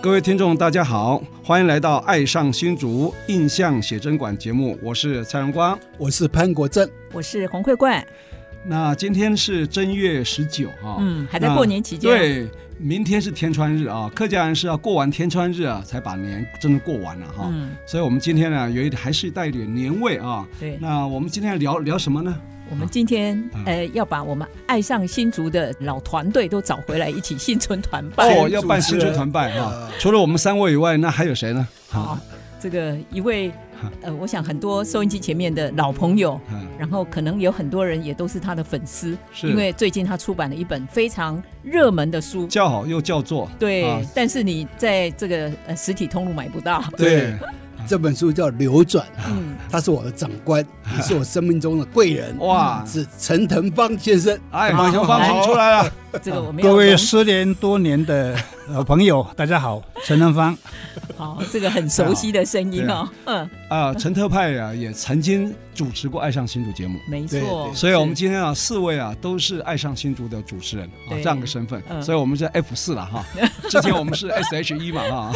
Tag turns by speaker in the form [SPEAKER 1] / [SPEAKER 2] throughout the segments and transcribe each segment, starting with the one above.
[SPEAKER 1] 各位听众，大家好，欢迎来到《爱上新竹印象写真馆》节目，我是蔡荣光。
[SPEAKER 2] 我是潘国正，
[SPEAKER 3] 我是洪慧冠，
[SPEAKER 1] 那今天是正月十九哈，
[SPEAKER 3] 嗯，还在
[SPEAKER 4] 啊
[SPEAKER 1] 那
[SPEAKER 3] 过年期间，，
[SPEAKER 1] 对，明天是天穿日啊，客家人是要过完天穿日啊，才把年真的过完了哈。
[SPEAKER 3] 嗯，
[SPEAKER 1] 所以我们今天呢，有一还是带一点年味啊。
[SPEAKER 3] 对，
[SPEAKER 1] 那我们今天聊聊什么呢？
[SPEAKER 3] 我们今天
[SPEAKER 1] 嗯
[SPEAKER 3] 呃要把我们爱上新竹的老团队都找回来，一起新春团拜。
[SPEAKER 1] 哦，要办新春团拜啊
[SPEAKER 2] 呃。
[SPEAKER 1] 除了我们三位以外，那还有谁呢？
[SPEAKER 3] 好
[SPEAKER 1] 啊，，
[SPEAKER 3] 这个一位呃，我想很多收音机前面的老朋友，
[SPEAKER 1] 嗯，
[SPEAKER 3] 然后可能有很多人也都是他的粉丝，
[SPEAKER 1] 是
[SPEAKER 3] 因为最近他出版了一本非常热门的书。
[SPEAKER 1] 叫好又叫座，
[SPEAKER 3] 对，
[SPEAKER 1] 啊
[SPEAKER 3] 但是你在这个呃实体通路买不到，
[SPEAKER 1] 对，
[SPEAKER 2] 这本书叫《流转》，
[SPEAKER 3] 嗯，
[SPEAKER 2] 他是我的长官，也是我生命中的贵人，
[SPEAKER 1] 嗯 哇，
[SPEAKER 2] 是陈腾邦先生。
[SPEAKER 1] 哎，
[SPEAKER 3] 嗯好
[SPEAKER 1] 马雄芳跑出来啊了，
[SPEAKER 3] 这个我们要
[SPEAKER 5] 各位
[SPEAKER 3] 从
[SPEAKER 5] 失联多年的呃朋友，大家好，陈仁芳，
[SPEAKER 3] 好，这个很熟悉的声音哦，嗯，
[SPEAKER 1] 啊，陈特派啊，也曾经主持过《爱上新竹》节目，
[SPEAKER 3] 没
[SPEAKER 2] 对
[SPEAKER 3] 错，
[SPEAKER 2] 对
[SPEAKER 1] 所以我们
[SPEAKER 3] 是
[SPEAKER 1] 今天啊，四位啊都是《爱上新竹》的主持人啊，
[SPEAKER 3] 对
[SPEAKER 1] 这样一个身份，
[SPEAKER 3] 嗯
[SPEAKER 1] 所以我们是 F 四了 哈。之前我们是 SH 一嘛啊，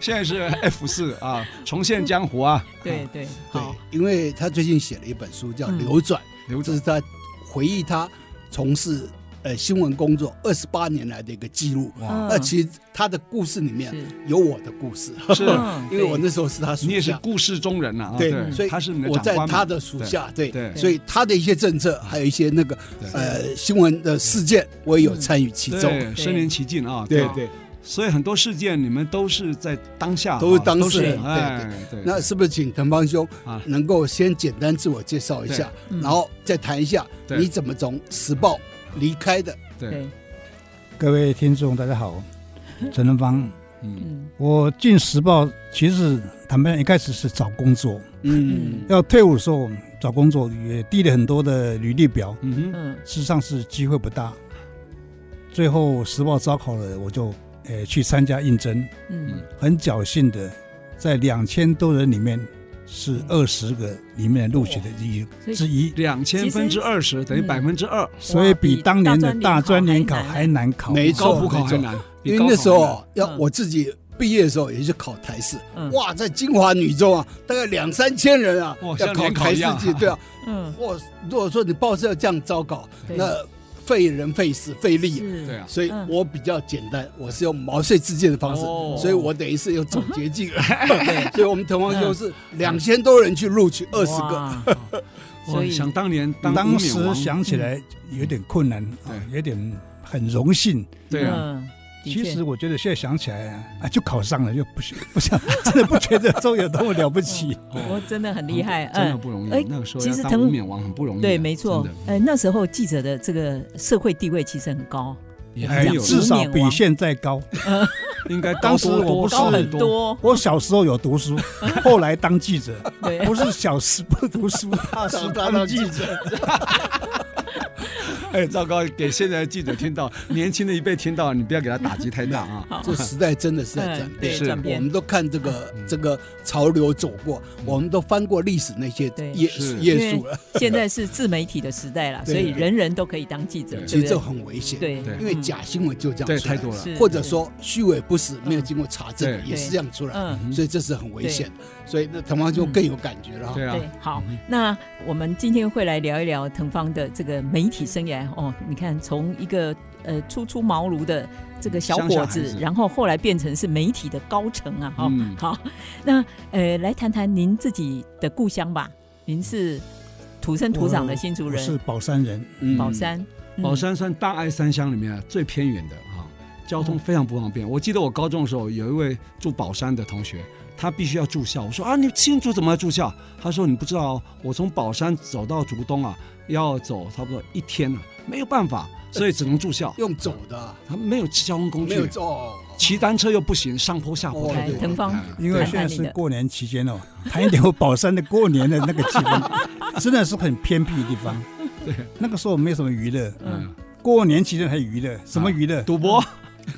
[SPEAKER 1] 现在是 F 四啊，重现江湖啊。
[SPEAKER 3] 对
[SPEAKER 1] 啊，
[SPEAKER 3] 对
[SPEAKER 2] 对
[SPEAKER 3] 好，，
[SPEAKER 2] 因为他最近写了一本书叫《
[SPEAKER 3] 嗯
[SPEAKER 2] 流转》，
[SPEAKER 1] 刘
[SPEAKER 2] 这
[SPEAKER 1] 总
[SPEAKER 2] 是他回忆他从事呃新闻工作二十八年来的一个记录。
[SPEAKER 3] 嗯
[SPEAKER 2] 那其实他的故事里面
[SPEAKER 3] 是
[SPEAKER 2] 有我的故事，
[SPEAKER 1] 是
[SPEAKER 3] 嗯
[SPEAKER 2] 因为我
[SPEAKER 3] 对
[SPEAKER 2] 那时候是他属
[SPEAKER 1] 你也是
[SPEAKER 2] 下，
[SPEAKER 1] 故事中人呐啊，
[SPEAKER 2] 对
[SPEAKER 3] 嗯
[SPEAKER 2] 所以
[SPEAKER 1] 他是你的
[SPEAKER 2] 我在
[SPEAKER 1] 长官嘛
[SPEAKER 2] 他的属下，对
[SPEAKER 1] 对
[SPEAKER 2] 所以他的一些政策，还有一些那个呃新闻的事件，我也有参与其中。
[SPEAKER 1] 嗯对，身临其境啊，
[SPEAKER 2] 对
[SPEAKER 1] 啊
[SPEAKER 2] 对，
[SPEAKER 1] 所以很多事件你们都是在当下啊，
[SPEAKER 2] 都是当事
[SPEAKER 1] 都是
[SPEAKER 2] 人
[SPEAKER 1] 哎，对，
[SPEAKER 2] 那是不是请滕邦兄
[SPEAKER 1] 啊
[SPEAKER 2] 能够先简单自我介绍一下，
[SPEAKER 3] 嗯
[SPEAKER 2] 然后再谈一下
[SPEAKER 1] 对
[SPEAKER 2] 你怎么从时报离开的？
[SPEAKER 1] 对，
[SPEAKER 3] 对，
[SPEAKER 5] 各位听众大家好，陈仁芳，
[SPEAKER 1] 嗯，
[SPEAKER 3] 嗯
[SPEAKER 5] 我进时报其实坦白讲一开始是找工作，
[SPEAKER 2] 嗯，
[SPEAKER 5] 要退伍的时候找工作也递了很多的履历表，
[SPEAKER 1] 嗯哼，
[SPEAKER 3] 嗯
[SPEAKER 5] 事实上是机会不大，最后时报招考了，我就呃去参加应征，
[SPEAKER 3] 嗯
[SPEAKER 5] 很侥幸的在两千多人里面是二十个里面录取的一
[SPEAKER 3] 所以
[SPEAKER 5] 之一。
[SPEAKER 1] 两千分之二十等于
[SPEAKER 3] 嗯
[SPEAKER 1] 百分之二，
[SPEAKER 5] 所以比当年的大专联考
[SPEAKER 3] 哇比大专联考
[SPEAKER 5] 还难考。
[SPEAKER 2] 没
[SPEAKER 1] 高
[SPEAKER 2] 错
[SPEAKER 1] 普考
[SPEAKER 2] 没错
[SPEAKER 1] 还难，比
[SPEAKER 2] 因为
[SPEAKER 1] 高
[SPEAKER 2] 那
[SPEAKER 1] 考
[SPEAKER 2] 时候
[SPEAKER 1] 还难
[SPEAKER 2] 啊要
[SPEAKER 3] 嗯
[SPEAKER 2] 我自己毕业的时候也去考台试，
[SPEAKER 3] 嗯
[SPEAKER 2] 哇，在金华女中啊，大概两三千人啊
[SPEAKER 1] 哇，
[SPEAKER 2] 要
[SPEAKER 1] 像
[SPEAKER 2] 考
[SPEAKER 1] 联考
[SPEAKER 2] 台
[SPEAKER 1] 一
[SPEAKER 2] 试
[SPEAKER 1] 样
[SPEAKER 2] 去，对啊，
[SPEAKER 3] 嗯，
[SPEAKER 2] 哇，如果说你报社要这样糟糕，
[SPEAKER 3] 对
[SPEAKER 2] 那费人费时费力。
[SPEAKER 3] 是
[SPEAKER 1] 对啊，
[SPEAKER 2] 所以
[SPEAKER 3] 嗯
[SPEAKER 2] 我比较简单，我是用毛遂自荐的方式，
[SPEAKER 1] 哦
[SPEAKER 2] 所以我等于是有走捷径。
[SPEAKER 3] 对
[SPEAKER 2] 所以我们滕王兄
[SPEAKER 1] 嗯
[SPEAKER 2] 是两千多人去录取二十个，
[SPEAKER 3] 哇
[SPEAKER 1] 所
[SPEAKER 3] 所
[SPEAKER 1] 以
[SPEAKER 3] 以
[SPEAKER 1] 想当年当
[SPEAKER 5] 当
[SPEAKER 1] 无冕
[SPEAKER 5] 时
[SPEAKER 1] 王嗯
[SPEAKER 5] 想起来有点困难啊
[SPEAKER 1] 对，
[SPEAKER 5] 有点很荣幸。
[SPEAKER 1] 对啊，
[SPEAKER 3] 嗯的确
[SPEAKER 5] 其实我觉得现在想起来啊，啊就考上了，就不是不想，真的不觉得这有多么了不起。
[SPEAKER 3] 我真的很厉害，
[SPEAKER 1] 真的
[SPEAKER 3] 嗯，
[SPEAKER 1] 不容易
[SPEAKER 3] 哎。
[SPEAKER 1] 那个时候
[SPEAKER 3] 其
[SPEAKER 1] 要
[SPEAKER 3] 实
[SPEAKER 1] 当
[SPEAKER 3] 腾
[SPEAKER 1] 无冕王很不容易的，啊
[SPEAKER 3] 对，没错
[SPEAKER 1] 真的，
[SPEAKER 3] 呃，那时候记者的这个社会地位其实很高，
[SPEAKER 1] 也
[SPEAKER 5] 哎
[SPEAKER 1] 很有，
[SPEAKER 5] 至
[SPEAKER 3] 无
[SPEAKER 5] 少
[SPEAKER 3] 冕
[SPEAKER 5] 比
[SPEAKER 3] 王
[SPEAKER 5] 现在高。
[SPEAKER 1] 应该高
[SPEAKER 5] 当时
[SPEAKER 1] 多多
[SPEAKER 5] 我不是
[SPEAKER 3] 高
[SPEAKER 1] 少
[SPEAKER 3] 很多，
[SPEAKER 5] 我小时候有读 书，后来当记者，
[SPEAKER 3] 对，
[SPEAKER 5] 不是小时不读 书，大时
[SPEAKER 2] 长大
[SPEAKER 5] 啊当
[SPEAKER 2] 当
[SPEAKER 5] 记
[SPEAKER 2] 记
[SPEAKER 5] 者。
[SPEAKER 1] 哎，糟糕，给现在的记者听 到，年轻的一辈听到，你不要给他打击太大啊。
[SPEAKER 3] 好
[SPEAKER 2] 这时代真的是在转
[SPEAKER 3] 嗯
[SPEAKER 2] 变。
[SPEAKER 3] 对
[SPEAKER 1] 是
[SPEAKER 3] 转
[SPEAKER 2] 我
[SPEAKER 3] 变
[SPEAKER 2] 们，都看这个
[SPEAKER 1] 嗯
[SPEAKER 2] 这个潮流走过，我们都翻过历史那些
[SPEAKER 3] 嗯对
[SPEAKER 2] 页
[SPEAKER 1] 是
[SPEAKER 2] 页数了，
[SPEAKER 3] 现在是自媒体的时代了，
[SPEAKER 2] 对
[SPEAKER 3] 所以人人都可以当记者，
[SPEAKER 1] 对
[SPEAKER 2] 其
[SPEAKER 3] 对
[SPEAKER 2] 实这
[SPEAKER 3] 不
[SPEAKER 2] 很危险。
[SPEAKER 3] 对？
[SPEAKER 1] 对
[SPEAKER 3] 对，
[SPEAKER 2] 因为
[SPEAKER 3] 嗯
[SPEAKER 2] 假新闻就这
[SPEAKER 1] 对，
[SPEAKER 2] 样出
[SPEAKER 1] 太
[SPEAKER 2] 来，
[SPEAKER 1] 多了。
[SPEAKER 3] 是
[SPEAKER 2] 或者说虚伪不实，没有
[SPEAKER 3] 嗯
[SPEAKER 2] 经过查证
[SPEAKER 1] 对
[SPEAKER 2] 也是这样出来，
[SPEAKER 3] 嗯。
[SPEAKER 1] 嗯
[SPEAKER 2] 所以这是很危险的。所以那滕王兄更有感觉了哈。
[SPEAKER 1] 对啊，
[SPEAKER 3] 对，好
[SPEAKER 1] 嗯，
[SPEAKER 3] 那我们今天会来聊一聊腾芳的这个媒体生涯哦。你看，从一个呃初出茅庐的这个小伙
[SPEAKER 1] 乡下孩
[SPEAKER 3] 子
[SPEAKER 1] 子，
[SPEAKER 3] 然后后来变成是媒体的高层啊，哈、哦
[SPEAKER 1] 嗯
[SPEAKER 3] 好，那呃，来谈谈您自己的故乡吧。您是土生土长的新竹
[SPEAKER 5] 我是
[SPEAKER 3] 人，
[SPEAKER 5] 宝山人，
[SPEAKER 1] 嗯
[SPEAKER 3] 宝，山，嗯
[SPEAKER 1] 宝，山算大爱三乡里面啊最
[SPEAKER 5] 嗯
[SPEAKER 1] 偏远的啊，交通非常不方便。我记得我高中的时候，有一位住宝山的同学，他必须要住校。我说啊，你新竹怎么要住校？他说你不知道哦，我从宝山走到竹东啊，要走差不多一天了、没有办 法，所以只能住校。
[SPEAKER 2] 用走的，
[SPEAKER 1] 他没有交通工
[SPEAKER 2] 没
[SPEAKER 1] 具，
[SPEAKER 2] 有走。
[SPEAKER 1] 骑单车又不行，上坡下坡
[SPEAKER 2] 哦
[SPEAKER 1] 都
[SPEAKER 3] 来
[SPEAKER 1] 不，
[SPEAKER 3] 腾
[SPEAKER 1] 好。
[SPEAKER 3] 芳，
[SPEAKER 5] 因为
[SPEAKER 3] 谈
[SPEAKER 5] 现在
[SPEAKER 3] 谈你
[SPEAKER 5] 是
[SPEAKER 3] 的
[SPEAKER 5] 过年期间哦， 谈一点我宝山的过年的那个气氛， 真的是很偏僻的地方。
[SPEAKER 1] 对，
[SPEAKER 5] 那个时候没什么娱乐，
[SPEAKER 3] 嗯，
[SPEAKER 5] 过年期间还有娱
[SPEAKER 1] 啊
[SPEAKER 5] 乐，什么娱乐？
[SPEAKER 1] 赌博，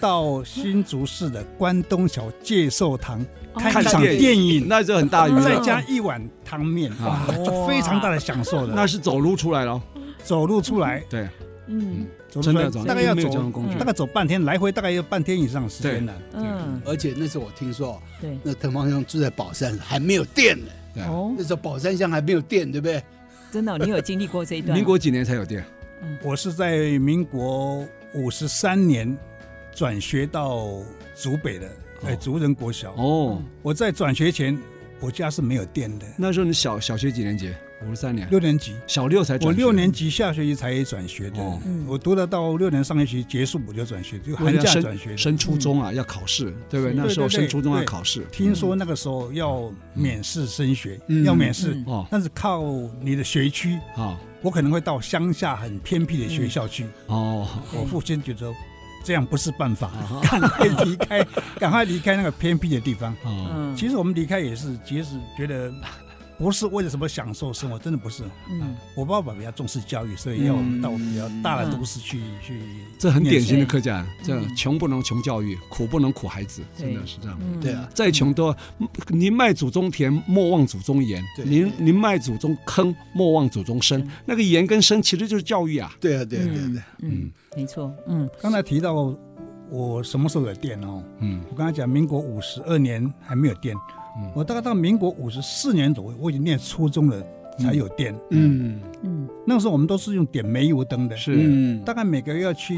[SPEAKER 5] 到新竹市的关东小介寿堂
[SPEAKER 3] 哦
[SPEAKER 5] 看一场电影，哦
[SPEAKER 1] 那是很大的娱
[SPEAKER 3] 嗯
[SPEAKER 5] 再
[SPEAKER 1] 乐，啊
[SPEAKER 5] 加一碗汤面，哇，就非常大的享受
[SPEAKER 1] 那
[SPEAKER 5] 的。
[SPEAKER 1] 是走路出来了。
[SPEAKER 5] 走路出来，
[SPEAKER 1] 对，
[SPEAKER 3] 嗯
[SPEAKER 5] 走路
[SPEAKER 1] 真
[SPEAKER 5] 出
[SPEAKER 1] 的
[SPEAKER 5] 来
[SPEAKER 1] 走路
[SPEAKER 5] 大概要
[SPEAKER 1] 没有
[SPEAKER 5] 走
[SPEAKER 1] 交通工具
[SPEAKER 5] 大概走半天，来回大概要半天以上时间了。
[SPEAKER 3] 嗯，
[SPEAKER 2] 而且那时候我听说，
[SPEAKER 3] 对，
[SPEAKER 2] 那滕方乡住在宝山还没有电呢，
[SPEAKER 1] 对，
[SPEAKER 3] 哦
[SPEAKER 2] 那，时候宝山乡还没有电，对不对？
[SPEAKER 3] 真的哦，你有经历过这 一段？
[SPEAKER 1] 民国几年才有电？
[SPEAKER 5] 我是在民国五十三年转学到竹北的，哎，竹人国小。
[SPEAKER 1] 哦，
[SPEAKER 5] 我在转学前，我家是没有电的，
[SPEAKER 1] 那时候你小小学几年级？五十三年，
[SPEAKER 5] 六年级。
[SPEAKER 1] 小六才
[SPEAKER 5] 我
[SPEAKER 1] 转学
[SPEAKER 5] 六年级下学期才转学的，
[SPEAKER 1] 哦
[SPEAKER 3] 嗯
[SPEAKER 5] 我读了到六年上学期结束我就转学，就
[SPEAKER 1] 为
[SPEAKER 5] 寒
[SPEAKER 1] 了
[SPEAKER 5] 假
[SPEAKER 1] 升
[SPEAKER 5] 转学的。嗯
[SPEAKER 1] 升初中啊，要考试，对不对？
[SPEAKER 5] 是
[SPEAKER 1] 那时候
[SPEAKER 5] 对对对
[SPEAKER 1] 升初中要考试，
[SPEAKER 5] 听说那个时候要免试升学，
[SPEAKER 2] 嗯
[SPEAKER 5] 要免试，
[SPEAKER 3] 嗯
[SPEAKER 1] 哦
[SPEAKER 5] 但是靠你的学区，
[SPEAKER 1] 啊
[SPEAKER 5] 我可能会到乡下很偏僻的学校去。
[SPEAKER 1] 哦，
[SPEAKER 5] 我父亲觉得这样不是办法，
[SPEAKER 3] 啊
[SPEAKER 5] 赶快离开，赶快离开那个偏僻的地方。
[SPEAKER 1] 哦，
[SPEAKER 3] 嗯，
[SPEAKER 5] 其实我们离开也是，其实觉得不是为了什么享受生活，真的不是。啊
[SPEAKER 3] 嗯
[SPEAKER 5] 我爸爸比较重视教育，所以要我们到比较大的都市去、
[SPEAKER 3] 嗯
[SPEAKER 5] 去。
[SPEAKER 1] 这很典型的
[SPEAKER 3] 对
[SPEAKER 1] 客家人，这
[SPEAKER 3] 嗯
[SPEAKER 1] 穷不能穷教育，苦不能苦孩子，真的
[SPEAKER 3] 对
[SPEAKER 1] 是这样。
[SPEAKER 3] 嗯
[SPEAKER 2] 对啊，，
[SPEAKER 1] 再穷都，您卖祖宗田，莫忘祖宗言；
[SPEAKER 2] 对
[SPEAKER 1] 您您卖祖宗坑，莫忘祖宗身
[SPEAKER 3] 嗯。
[SPEAKER 1] 那个言跟身其实就是教育啊。
[SPEAKER 2] 对啊，对啊，对啊，对啊。
[SPEAKER 3] 嗯，没错，嗯
[SPEAKER 5] 刚才提到我什么时候有电哦？
[SPEAKER 1] 嗯，
[SPEAKER 5] 我刚才讲民国五十二年还没有电，
[SPEAKER 1] 嗯
[SPEAKER 5] 我大概到民国五十四年左右，我已经念初中了才有电。
[SPEAKER 2] 嗯
[SPEAKER 3] 嗯
[SPEAKER 5] 那时候我们都是用点煤油灯的，
[SPEAKER 1] 是
[SPEAKER 2] 嗯，
[SPEAKER 5] 大概每个月要去